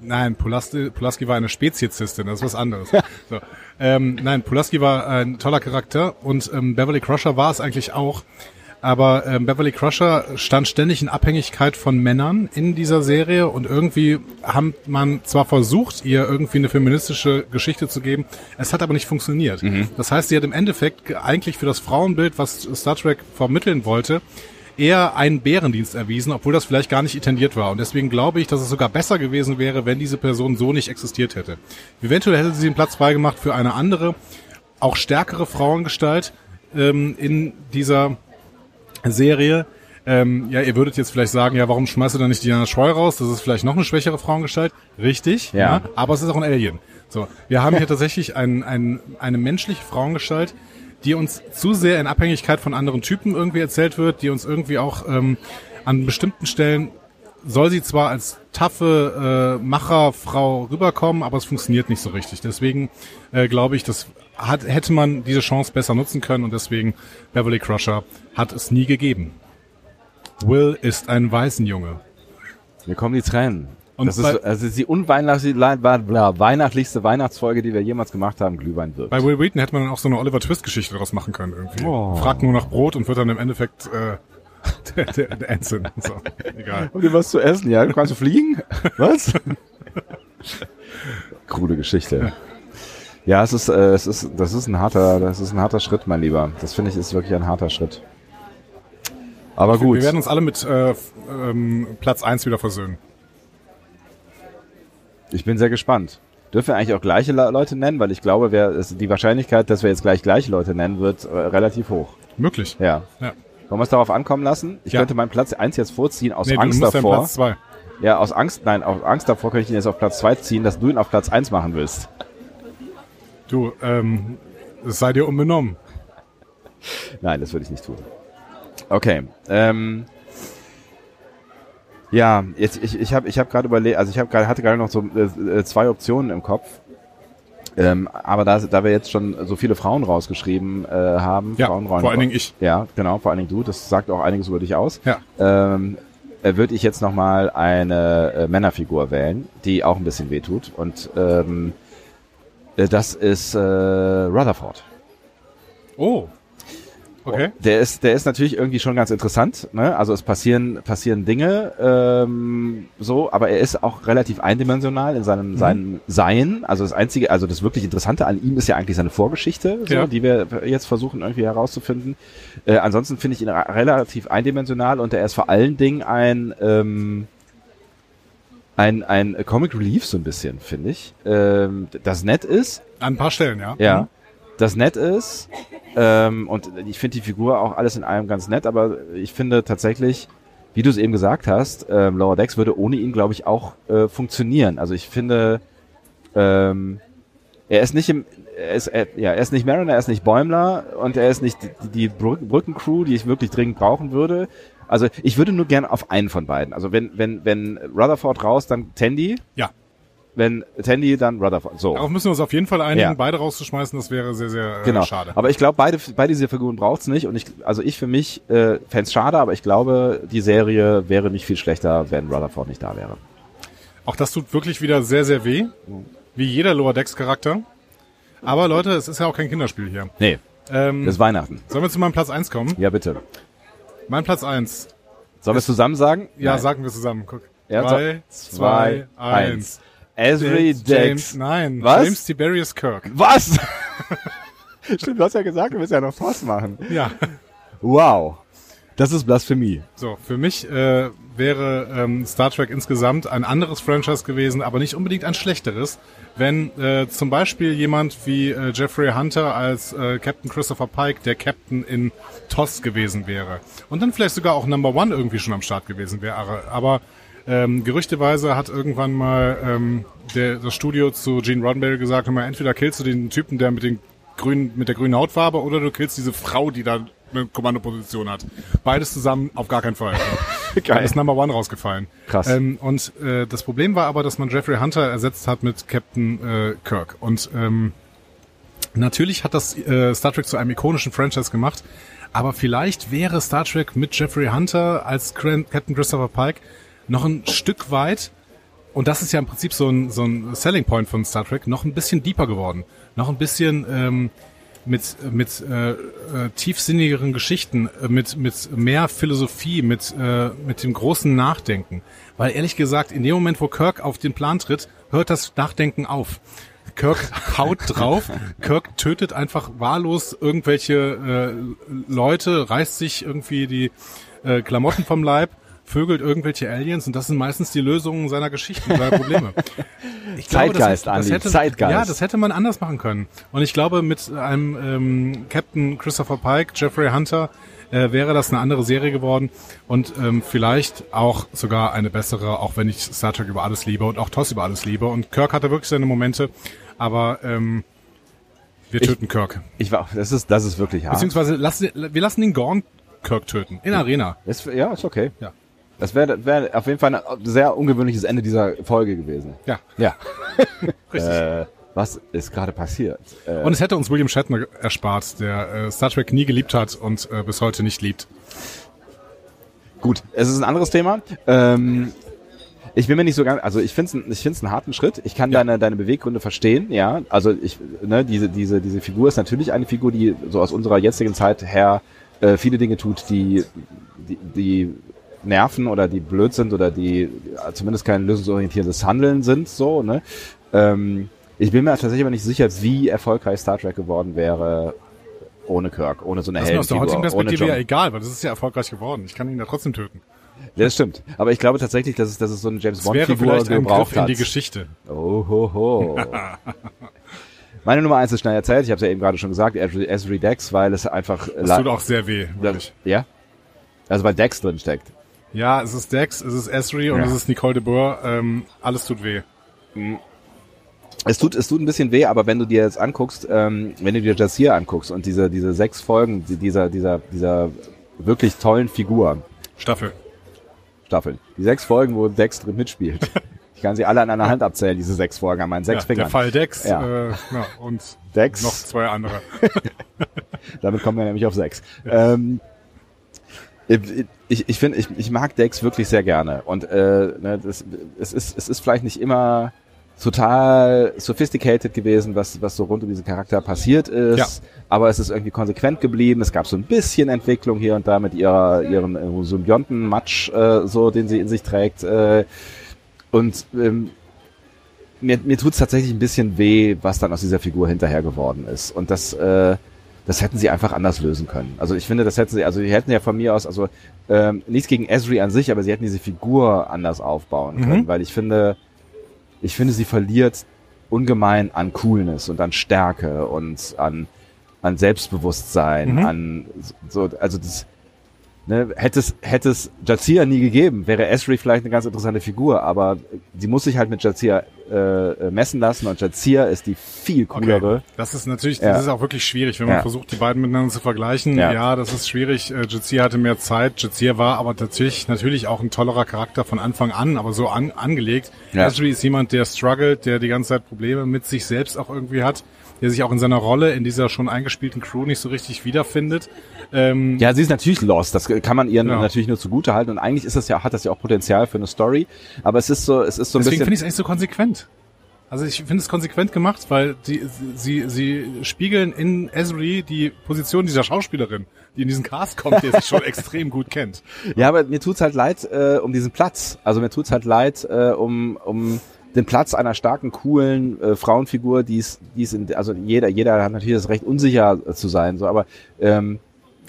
[SPEAKER 1] Nein, Polaski, Polaski war eine Speziesistin, das ist was anderes. so. ähm, nein, Polaski war ein toller Charakter und ähm, Beverly Crusher war es eigentlich auch. Aber ähm, Beverly Crusher stand ständig in Abhängigkeit von Männern in dieser Serie und irgendwie haben man zwar versucht, ihr irgendwie eine feministische Geschichte zu geben, es hat aber nicht funktioniert. Das heißt, sie hat im Endeffekt ge- eigentlich für das Frauenbild, was Star Trek vermitteln wollte, eher einen Bärendienst erwiesen, obwohl das vielleicht gar nicht intendiert war. Und deswegen glaube ich, dass es sogar besser gewesen wäre, wenn diese Person so nicht existiert hätte. Eventuell hätte sie den Platz freigemacht für eine andere, auch stärkere Frauengestalt ähm, in dieser Serie. Ähm, ja, ihr würdet jetzt vielleicht sagen, ja, warum schmeißt du da nicht Diana Scheu raus? Das ist vielleicht noch eine schwächere Frauengestalt. Richtig, ne?
[SPEAKER 2] Ja.
[SPEAKER 1] [LAUGHS] aber es ist auch ein Alien. So, wir haben hier tatsächlich ein, ein, eine menschliche Frauengestalt, die uns zu sehr in Abhängigkeit von anderen Typen irgendwie erzählt wird, die uns irgendwie auch ähm, an bestimmten Stellen soll sie zwar als taffe äh, Macherfrau rüberkommen, aber es funktioniert nicht so richtig. Deswegen äh, glaube ich, das hat, hätte man diese Chance besser nutzen können und deswegen Beverly Crusher hat es nie gegeben. Will ist ein Waisenjunge.
[SPEAKER 2] Mir kommen die Tränen.
[SPEAKER 1] Und
[SPEAKER 2] das ist,
[SPEAKER 1] bei-
[SPEAKER 2] so- also ist die unweihnachtlichste weihnachtlichste Weihnachtsfolge, die wir jemals gemacht haben, Glühwein wirkt.
[SPEAKER 1] Bei Will Wheaton hätte man dann auch so eine Oliver Twist-Geschichte daraus machen können irgendwie.
[SPEAKER 2] Oh.
[SPEAKER 1] Fragt nur nach Brot und wird dann im Endeffekt äh, [LAUGHS] der, der, der Ensign. So, egal.
[SPEAKER 2] Habt ihr was zu essen? Ja, kannst du [LAUGHS] fliegen? Was? Coole Geschichte. Ja, es ist, äh, es ist, das ist ein harter, das ist ein harter Schritt, mein Lieber. Das finde ich ist wirklich ein harter Schritt. Aber gut.
[SPEAKER 1] Wir werden uns alle mit äh, f- ähm, Platz eins wieder versöhnen.
[SPEAKER 2] Ich bin sehr gespannt. Dürfen wir eigentlich auch gleiche Le- Leute nennen? Weil ich glaube, wer, es, die Wahrscheinlichkeit, dass wir jetzt gleich gleiche Leute nennen, wird äh, relativ hoch.
[SPEAKER 1] Möglich.
[SPEAKER 2] Ja.
[SPEAKER 1] Ja.
[SPEAKER 2] Wollen wir es darauf ankommen lassen? Ich
[SPEAKER 1] Ja.
[SPEAKER 2] könnte meinen Platz eins jetzt vorziehen, aus
[SPEAKER 1] Nee, du
[SPEAKER 2] Angst
[SPEAKER 1] musst deinen
[SPEAKER 2] davor.
[SPEAKER 1] Platz zwei.
[SPEAKER 2] Ja, aus Angst, nein, aus Angst davor könnte ich ihn jetzt auf Platz zwei ziehen, dass du ihn auf Platz eins machen willst.
[SPEAKER 1] Du, ähm, es sei dir unbenommen.
[SPEAKER 2] Nein, das würde ich nicht tun. Okay. Ähm, ja, jetzt ich ich habe ich habe gerade überlegt, also ich habe gerade hatte gerade noch so äh, äh, zwei Optionen im Kopf. Ähm, aber da, da wir jetzt schon so viele Frauen rausgeschrieben äh, haben,
[SPEAKER 1] Ja,
[SPEAKER 2] Frauenrollen-
[SPEAKER 1] vor allen Dingen ich.
[SPEAKER 2] Ja, genau, vor allen Dingen du. Das sagt auch einiges über dich aus.
[SPEAKER 1] Ja.
[SPEAKER 2] Ähm, äh, würde ich jetzt nochmal eine äh, Männerfigur wählen, die auch ein bisschen wehtut. Und ähm, äh, das ist äh, Rutherford.
[SPEAKER 1] Oh. Okay.
[SPEAKER 2] Oh, Der ist, der ist natürlich irgendwie schon ganz interessant. Ne? Also es passieren, passieren Dinge ähm, so, aber er ist auch relativ eindimensional in seinem,
[SPEAKER 1] Mhm.
[SPEAKER 2] seinem Sein. Also das einzige, also das wirklich Interessante an ihm ist ja eigentlich seine Vorgeschichte, so,
[SPEAKER 1] Ja.
[SPEAKER 2] die wir jetzt versuchen irgendwie herauszufinden. Äh, ansonsten finde ich ihn ra- relativ eindimensional und er ist vor allen Dingen ein ähm, ein, ein Comic Relief so ein bisschen, finde ich. Ähm, das nett ist,
[SPEAKER 1] An ein paar Stellen, ja. Mhm.
[SPEAKER 2] ja. Das nett ist. Ähm, und ich finde die Figur auch alles in allem ganz nett, aber ich finde tatsächlich, wie du es eben gesagt hast, ähm, Laura Dex würde ohne ihn, glaube ich, auch äh, funktionieren. Also ich finde, ähm, er ist nicht im, er ist, er, ja, er ist nicht Mariner, er ist nicht Bäumler und er ist nicht die, die Brück- Brückencrew, die ich wirklich dringend brauchen würde. Also ich würde nur gern auf einen von beiden. Also wenn, wenn, wenn Rutherford raus, dann Tandy.
[SPEAKER 1] Ja.
[SPEAKER 2] Wenn Tandy, dann Rutherford. So.
[SPEAKER 1] Darauf müssen wir uns auf jeden Fall einigen.
[SPEAKER 2] Ja.
[SPEAKER 1] Beide rauszuschmeißen, das wäre sehr, sehr äh,
[SPEAKER 2] genau.
[SPEAKER 1] schade.
[SPEAKER 2] Aber ich glaube, beide, beide dieser Figuren braucht's nicht. Und ich, also ich für mich äh, fänd's schade, aber ich glaube, die Serie wäre nicht viel schlechter, wenn Rutherford nicht da wäre.
[SPEAKER 1] Auch das tut wirklich wieder sehr, sehr weh. Wie jeder Lower Decks Charakter. Aber Leute, es ist ja auch kein Kinderspiel hier.
[SPEAKER 2] Nee,
[SPEAKER 1] Ähm,
[SPEAKER 2] das ist Weihnachten.
[SPEAKER 1] sollen wir zu meinem Platz eins kommen?
[SPEAKER 2] Ja, bitte.
[SPEAKER 1] Mein Platz eins.
[SPEAKER 2] Sollen wir es zusammen sagen?
[SPEAKER 1] Ja,
[SPEAKER 2] Nein.
[SPEAKER 1] sagen wir zusammen. Guck.
[SPEAKER 2] Ja,
[SPEAKER 1] Drei,
[SPEAKER 2] so-
[SPEAKER 1] zwei, eins.
[SPEAKER 2] Every
[SPEAKER 1] James,
[SPEAKER 2] Dex.
[SPEAKER 1] nein.
[SPEAKER 2] Was?
[SPEAKER 1] James Tiberius Kirk.
[SPEAKER 2] Was? [LAUGHS] Stimmt, du hast ja gesagt, du willst ja noch Force machen.
[SPEAKER 1] Ja.
[SPEAKER 2] Wow. Das ist
[SPEAKER 1] [LAUGHS]
[SPEAKER 2] Blasphemie.
[SPEAKER 1] So, für mich äh, wäre ähm, Star Trek insgesamt ein anderes Franchise gewesen, aber nicht unbedingt ein schlechteres, wenn äh, zum Beispiel jemand wie äh, Jeffrey Hunter als äh, Captain Christopher Pike der Captain in TOS gewesen wäre. Und dann vielleicht sogar auch Number One irgendwie schon am Start gewesen wäre. Aber ähm, gerüchteweise hat irgendwann mal ähm, der, das Studio zu Gene Roddenberry gesagt, hör mal, entweder killst du den Typen, der mit den grünen, mit der grünen Hautfarbe, oder du killst diese Frau, die da eine Kommandoposition hat. Beides zusammen auf gar keinen Fall. Dann ist Number One rausgefallen.
[SPEAKER 2] Krass.
[SPEAKER 1] Ähm, und äh, das Problem war aber, dass man Jeffrey Hunter ersetzt hat mit Captain äh, Kirk. Und ähm, Natürlich hat das äh, Star Trek zu einem ikonischen Franchise gemacht, aber vielleicht wäre Star Trek mit Jeffrey Hunter als Gran- Captain Christopher Pike noch ein Stück weit, und das ist ja im Prinzip so ein, so ein Selling Point von Star Trek, noch ein bisschen deeper geworden. Noch ein bisschen ähm, mit, mit äh, äh, tiefsinnigeren Geschichten, äh, mit, mit mehr Philosophie, mit, äh, mit dem großen Nachdenken. Weil ehrlich gesagt, in dem Moment, wo Kirk auf den Plan tritt, hört das Nachdenken auf. Kirk [LAUGHS] haut drauf, Kirk tötet einfach wahllos irgendwelche äh, Leute, reißt sich irgendwie die äh, Klamotten vom Leib, vögelt irgendwelche Aliens und das sind meistens die Lösungen seiner Geschichten, seiner
[SPEAKER 2] [LAUGHS]
[SPEAKER 1] Probleme. Ich
[SPEAKER 2] Zeitgeist, Andi, Zeitgeist.
[SPEAKER 1] Ja, das hätte man anders machen können. Und ich glaube, mit einem ähm, Captain Christopher Pike, Jeffrey Hunter, äh, wäre das eine andere Serie geworden und ähm, vielleicht auch sogar eine bessere, auch wenn ich Star Trek über alles liebe und auch Toss über alles liebe. Und Kirk hatte wirklich seine Momente, aber ähm, Wir
[SPEAKER 2] Ich- Ah.
[SPEAKER 1] töten Kirk.
[SPEAKER 2] Ich war, das ist, das ist wirklich hart.
[SPEAKER 1] Beziehungsweise lassen, wir lassen den Gorn Kirk töten. In Arena.
[SPEAKER 2] Das, ja, ist okay.
[SPEAKER 1] Ja.
[SPEAKER 2] Das wäre wär auf jeden Fall ein sehr ungewöhnliches Ende dieser Folge gewesen.
[SPEAKER 1] Ja,
[SPEAKER 2] Ja.
[SPEAKER 1] richtig.
[SPEAKER 2] Äh, was ist gerade passiert? Äh,
[SPEAKER 1] Und es hätte uns William Shatner erspart, der äh, Star Trek nie geliebt hat und äh, bis heute nicht liebt.
[SPEAKER 2] gut, es ist ein anderes Thema. Ähm, ich bin mir nicht so ganz, also ich finde es ich find's einen harten Schritt. Ich kann deine, deine Beweggründe verstehen, ja. Also ich, ne, diese, diese, diese Figur ist natürlich eine Figur, die so aus unserer jetzigen Zeit her äh, viele Dinge tut, die, die, die nerven oder die blöd sind oder die äh, zumindest kein lösungsorientiertes Handeln sind, so, ne. Ähm, ich bin mir tatsächlich aber nicht sicher, wie erfolgreich Star Trek geworden wäre ohne Kirk, ohne so eine
[SPEAKER 1] Das ist mir aus der heutigen
[SPEAKER 2] Heldenfigur, ohne
[SPEAKER 1] Perspektive
[SPEAKER 2] John
[SPEAKER 1] ja egal, weil das ist ja erfolgreich geworden. Ich kann ihn ja trotzdem töten.
[SPEAKER 2] ja, das stimmt. Aber ich glaube tatsächlich, dass es, dass es so eine James
[SPEAKER 1] Das wäre
[SPEAKER 2] Bond-Figur
[SPEAKER 1] vielleicht ein Griff
[SPEAKER 2] gebraucht
[SPEAKER 1] in
[SPEAKER 2] hat.
[SPEAKER 1] die Geschichte.
[SPEAKER 2] Oh, ho,
[SPEAKER 1] [LAUGHS]
[SPEAKER 2] ho. Meine Nummer eins ist schnell erzählt. Ich habe es ja eben gerade schon gesagt. Ezri Ezri Dex, weil es einfach...
[SPEAKER 1] Das tut auch sehr weh, wirklich.
[SPEAKER 2] ja? Also weil Dex drin steckt.
[SPEAKER 1] Ja, es ist Dex, es ist Esri und
[SPEAKER 2] Ja.
[SPEAKER 1] es ist Nicole de Boer. Ähm, alles tut weh.
[SPEAKER 2] Es tut, es tut ein bisschen weh, aber wenn du dir jetzt anguckst, ähm, wenn du dir das hier anguckst und diese, diese sechs Folgen die- dieser, dieser, dieser wirklich tollen Figur,
[SPEAKER 1] Staffel.
[SPEAKER 2] Staffeln, die sechs Folgen, wo Dex
[SPEAKER 1] [LAUGHS]
[SPEAKER 2] drin mitspielt, ich kann sie alle an einer Hand abzählen, diese sechs Folgen an meinen sechs
[SPEAKER 1] ja, der
[SPEAKER 2] Fingern.
[SPEAKER 1] Fall Dex
[SPEAKER 2] Ja.
[SPEAKER 1] äh, ja, und
[SPEAKER 2] Dex.
[SPEAKER 1] noch zwei andere.
[SPEAKER 2] Damit kommen wir nämlich auf sechs. Ähm, ich ich finde, ich, ich mag Decks wirklich sehr gerne. Und äh, ne, das, es, ist, es ist vielleicht nicht immer total sophisticated gewesen, was, was so rund um diesen Charakter passiert ist.
[SPEAKER 1] Ja.
[SPEAKER 2] Aber es ist irgendwie konsequent geblieben. Es gab so ein bisschen Entwicklung hier und da mit ihrer, ihren äh, Symbionten-Matsch, äh, so, den sie in sich trägt. Äh, und ähm, mir, mir tut es tatsächlich ein bisschen weh, was dann aus dieser Figur hinterher geworden ist. Und das, äh, das hätten sie einfach anders lösen können. Also ich finde, das hätten sie, also die hätten ja von mir aus, also ähm, nichts gegen Esri an sich, aber sie hätten diese Figur anders aufbauen können,
[SPEAKER 1] Mhm.
[SPEAKER 2] weil ich finde, ich finde, sie verliert ungemein an Coolness und an Stärke und an, an Selbstbewusstsein,
[SPEAKER 1] Mhm.
[SPEAKER 2] an so, also das, Ne, hätte es, hätte es Jazia nie gegeben, wäre Esri vielleicht eine ganz interessante Figur, aber sie muss sich halt mit Jazia äh, messen lassen und Jazia ist die viel coolere.
[SPEAKER 1] Das ist natürlich,
[SPEAKER 2] Ja.
[SPEAKER 1] das ist auch wirklich schwierig, wenn man
[SPEAKER 2] Ja.
[SPEAKER 1] versucht, die beiden miteinander zu vergleichen. Ja,
[SPEAKER 2] Ja.
[SPEAKER 1] das ist schwierig. Äh, Jazia hatte mehr Zeit. Jazia war aber natürlich, natürlich auch ein tollerer Charakter von Anfang an, aber so an, angelegt.
[SPEAKER 2] Ja.
[SPEAKER 1] Esri ist jemand, der struggelt, der die ganze Zeit Probleme mit sich selbst auch irgendwie hat, der sich auch in seiner Rolle in dieser schon eingespielten Crew nicht so richtig wiederfindet. Ähm,
[SPEAKER 2] Ja, sie ist natürlich lost. Das kann man
[SPEAKER 1] Ja.
[SPEAKER 2] ihr natürlich nur zugute halten und eigentlich ist das ja, hat das ja auch Potenzial für eine Story. Aber es ist so, es ist so ein
[SPEAKER 1] Deswegen finde
[SPEAKER 2] bisschen.
[SPEAKER 1] ich es eigentlich so konsequent. Also ich finde es konsequent gemacht, weil die, sie, sie spiegeln in Esri die Position dieser Schauspielerin, die in diesen Cast kommt, der sich
[SPEAKER 2] [LAUGHS]
[SPEAKER 1] schon extrem gut kennt.
[SPEAKER 2] ja, aber mir tut's halt leid äh, um diesen Platz. Also mir tut's halt leid äh, um um den Platz einer starken, coolen äh, Frauenfigur, die es, die es in, also jeder, jeder hat natürlich das Recht, unsicher äh, zu sein, so, aber ähm,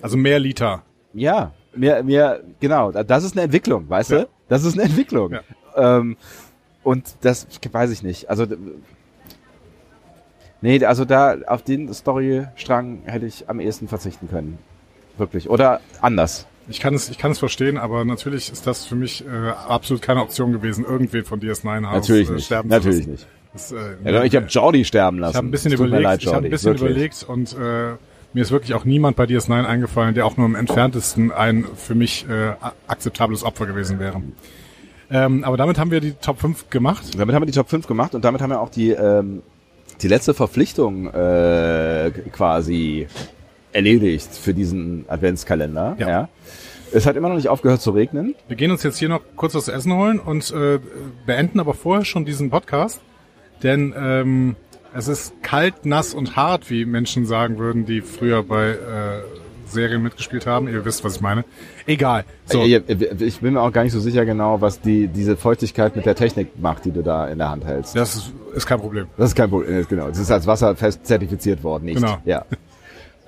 [SPEAKER 1] Also mehr Liter.
[SPEAKER 2] Ja, mir, mir, genau, da- das ist eine Entwicklung, weißt
[SPEAKER 1] Ja.
[SPEAKER 2] du? Das ist eine Entwicklung.
[SPEAKER 1] Ja.
[SPEAKER 2] Ähm, und das weiß ich nicht. Also, d- nee, also da, auf den Storystrang hätte ich am ehesten verzichten können. Wirklich. Oder anders.
[SPEAKER 1] Ich kann es, ich kann es verstehen, aber natürlich ist das für mich äh, absolut keine Option gewesen, irgendwen von DS9 aus
[SPEAKER 2] Natürlich
[SPEAKER 1] äh,
[SPEAKER 2] nicht.
[SPEAKER 1] sterben
[SPEAKER 2] Natürlich
[SPEAKER 1] zu lassen.
[SPEAKER 2] nicht.
[SPEAKER 1] Das, äh,
[SPEAKER 2] Ja, genau, ich habe Jordi sterben lassen.
[SPEAKER 1] ich hab ein bisschen
[SPEAKER 2] Es tut mir
[SPEAKER 1] überlegt,
[SPEAKER 2] leid,
[SPEAKER 1] ich habe
[SPEAKER 2] Jordi,
[SPEAKER 1] ein bisschen
[SPEAKER 2] wirklich.
[SPEAKER 1] überlegt und äh, mir ist wirklich auch niemand bei DS9 eingefallen, der auch nur im entferntesten ein für mich äh, a- akzeptables Opfer gewesen wäre. Ähm, aber damit haben wir die Top 5 gemacht.
[SPEAKER 2] Damit haben wir die Top 5 gemacht und damit haben wir auch die, ähm, die letzte Verpflichtung äh, quasi erledigt für diesen Adventskalender.
[SPEAKER 1] Ja.
[SPEAKER 2] Ja. Es hat immer noch nicht aufgehört zu regnen.
[SPEAKER 1] Wir gehen uns jetzt hier noch kurz was zu essen holen und äh, beenden aber vorher schon diesen Podcast, denn ähm, es ist kalt, nass und hart, wie Menschen sagen würden, die früher bei äh, Serien mitgespielt haben. Ihr wisst, was ich meine. Egal. So,
[SPEAKER 2] Äh, Ich bin mir auch gar nicht so sicher genau, was die, diese Feuchtigkeit mit der Technik macht, die du da in der Hand hältst.
[SPEAKER 1] das ist, ist kein Problem.
[SPEAKER 2] Das ist kein Problem, äh, genau. Das ist als wasserfest zertifiziert worden, nicht?
[SPEAKER 1] Genau.
[SPEAKER 2] Ja.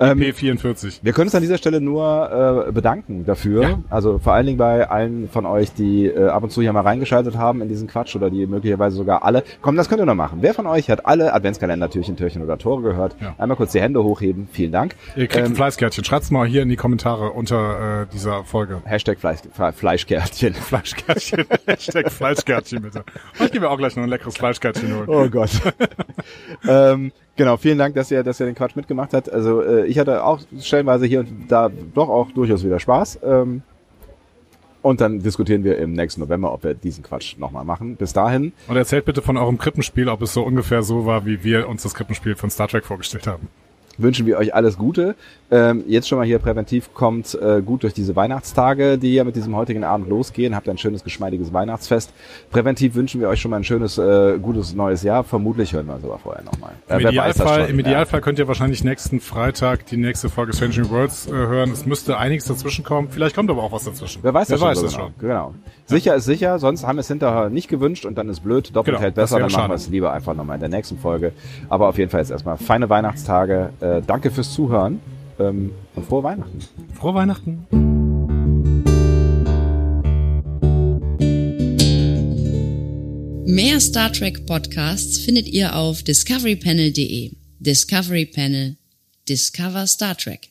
[SPEAKER 2] Ähm,
[SPEAKER 1] P44.
[SPEAKER 2] Wir können uns an dieser Stelle nur äh, bedanken dafür.
[SPEAKER 1] Ja.
[SPEAKER 2] Also vor allen Dingen bei allen von euch, die äh, ab und zu hier mal reingeschaltet haben in diesen Quatsch oder die möglicherweise sogar alle. Komm, das könnt ihr noch machen. Wer von euch hat alle Adventskalender, Türchen, Türchen oder Tore gehört?
[SPEAKER 1] Ja.
[SPEAKER 2] Einmal kurz die Hände hochheben. Vielen Dank.
[SPEAKER 1] Ihr kriegt ein
[SPEAKER 2] Ähm,
[SPEAKER 1] Fleißkärtchen. Schreibt's mal hier in die Kommentare unter äh, dieser
[SPEAKER 2] [LAUGHS]
[SPEAKER 1] Folge.
[SPEAKER 2] Hashtag Fleisch, Fle- Fleischkärtchen.
[SPEAKER 1] Fleischkärtchen. [LAUGHS] Hashtag [LAUGHS] Fleischkärtchen bitte. Und ich geh mir auch gleich noch ein leckeres Fleischkärtchen holen.
[SPEAKER 2] Oh Gott. Oh ähm, Genau, vielen Dank, dass ihr, dass ihr den Quatsch mitgemacht habt. Also äh, ich hatte auch stellenweise hier und da doch auch durchaus wieder Spaß. Ähm, und dann diskutieren wir im nächsten November, ob wir diesen Quatsch nochmal machen. Bis dahin,
[SPEAKER 1] Und erzählt bitte von eurem Krippenspiel, ob es so ungefähr so war, wie wir uns das Krippenspiel von Star Trek vorgestellt haben.
[SPEAKER 2] wünschen wir euch alles Gute. Ähm, jetzt schon mal hier präventiv kommt äh, gut durch diese Weihnachtstage, die ja mit diesem heutigen Abend losgehen. Habt ein schönes, geschmeidiges Weihnachtsfest. Präventiv wünschen wir euch schon mal ein schönes, äh, gutes neues Jahr. Vermutlich hören wir uns aber vorher nochmal. Äh,
[SPEAKER 1] Im, Idealfall, Im Idealfall könnt ihr wahrscheinlich nächsten Freitag die nächste Folge Strange New Worlds äh, hören. Es müsste einiges dazwischen kommen. Vielleicht kommt aber auch was dazwischen.
[SPEAKER 2] Wer weiß das schon. so
[SPEAKER 1] das
[SPEAKER 2] genau. genau. Sicher ist sicher, sonst haben wir es hinterher nicht gewünscht und dann ist blöd, doppelt
[SPEAKER 1] Genau,
[SPEAKER 2] hält
[SPEAKER 1] das
[SPEAKER 2] besser,
[SPEAKER 1] wäre
[SPEAKER 2] dann machen
[SPEAKER 1] schade.
[SPEAKER 2] wir es lieber einfach nochmal in der nächsten Folge. Aber auf jeden Fall jetzt erstmal feine Weihnachtstage. Äh, danke fürs Zuhören ähm, und frohe Weihnachten.
[SPEAKER 1] Frohe Weihnachten.
[SPEAKER 4] Mehr Star Trek Podcasts findet ihr auf discoverypanel.de. Discovery Panel. Discover Star Trek.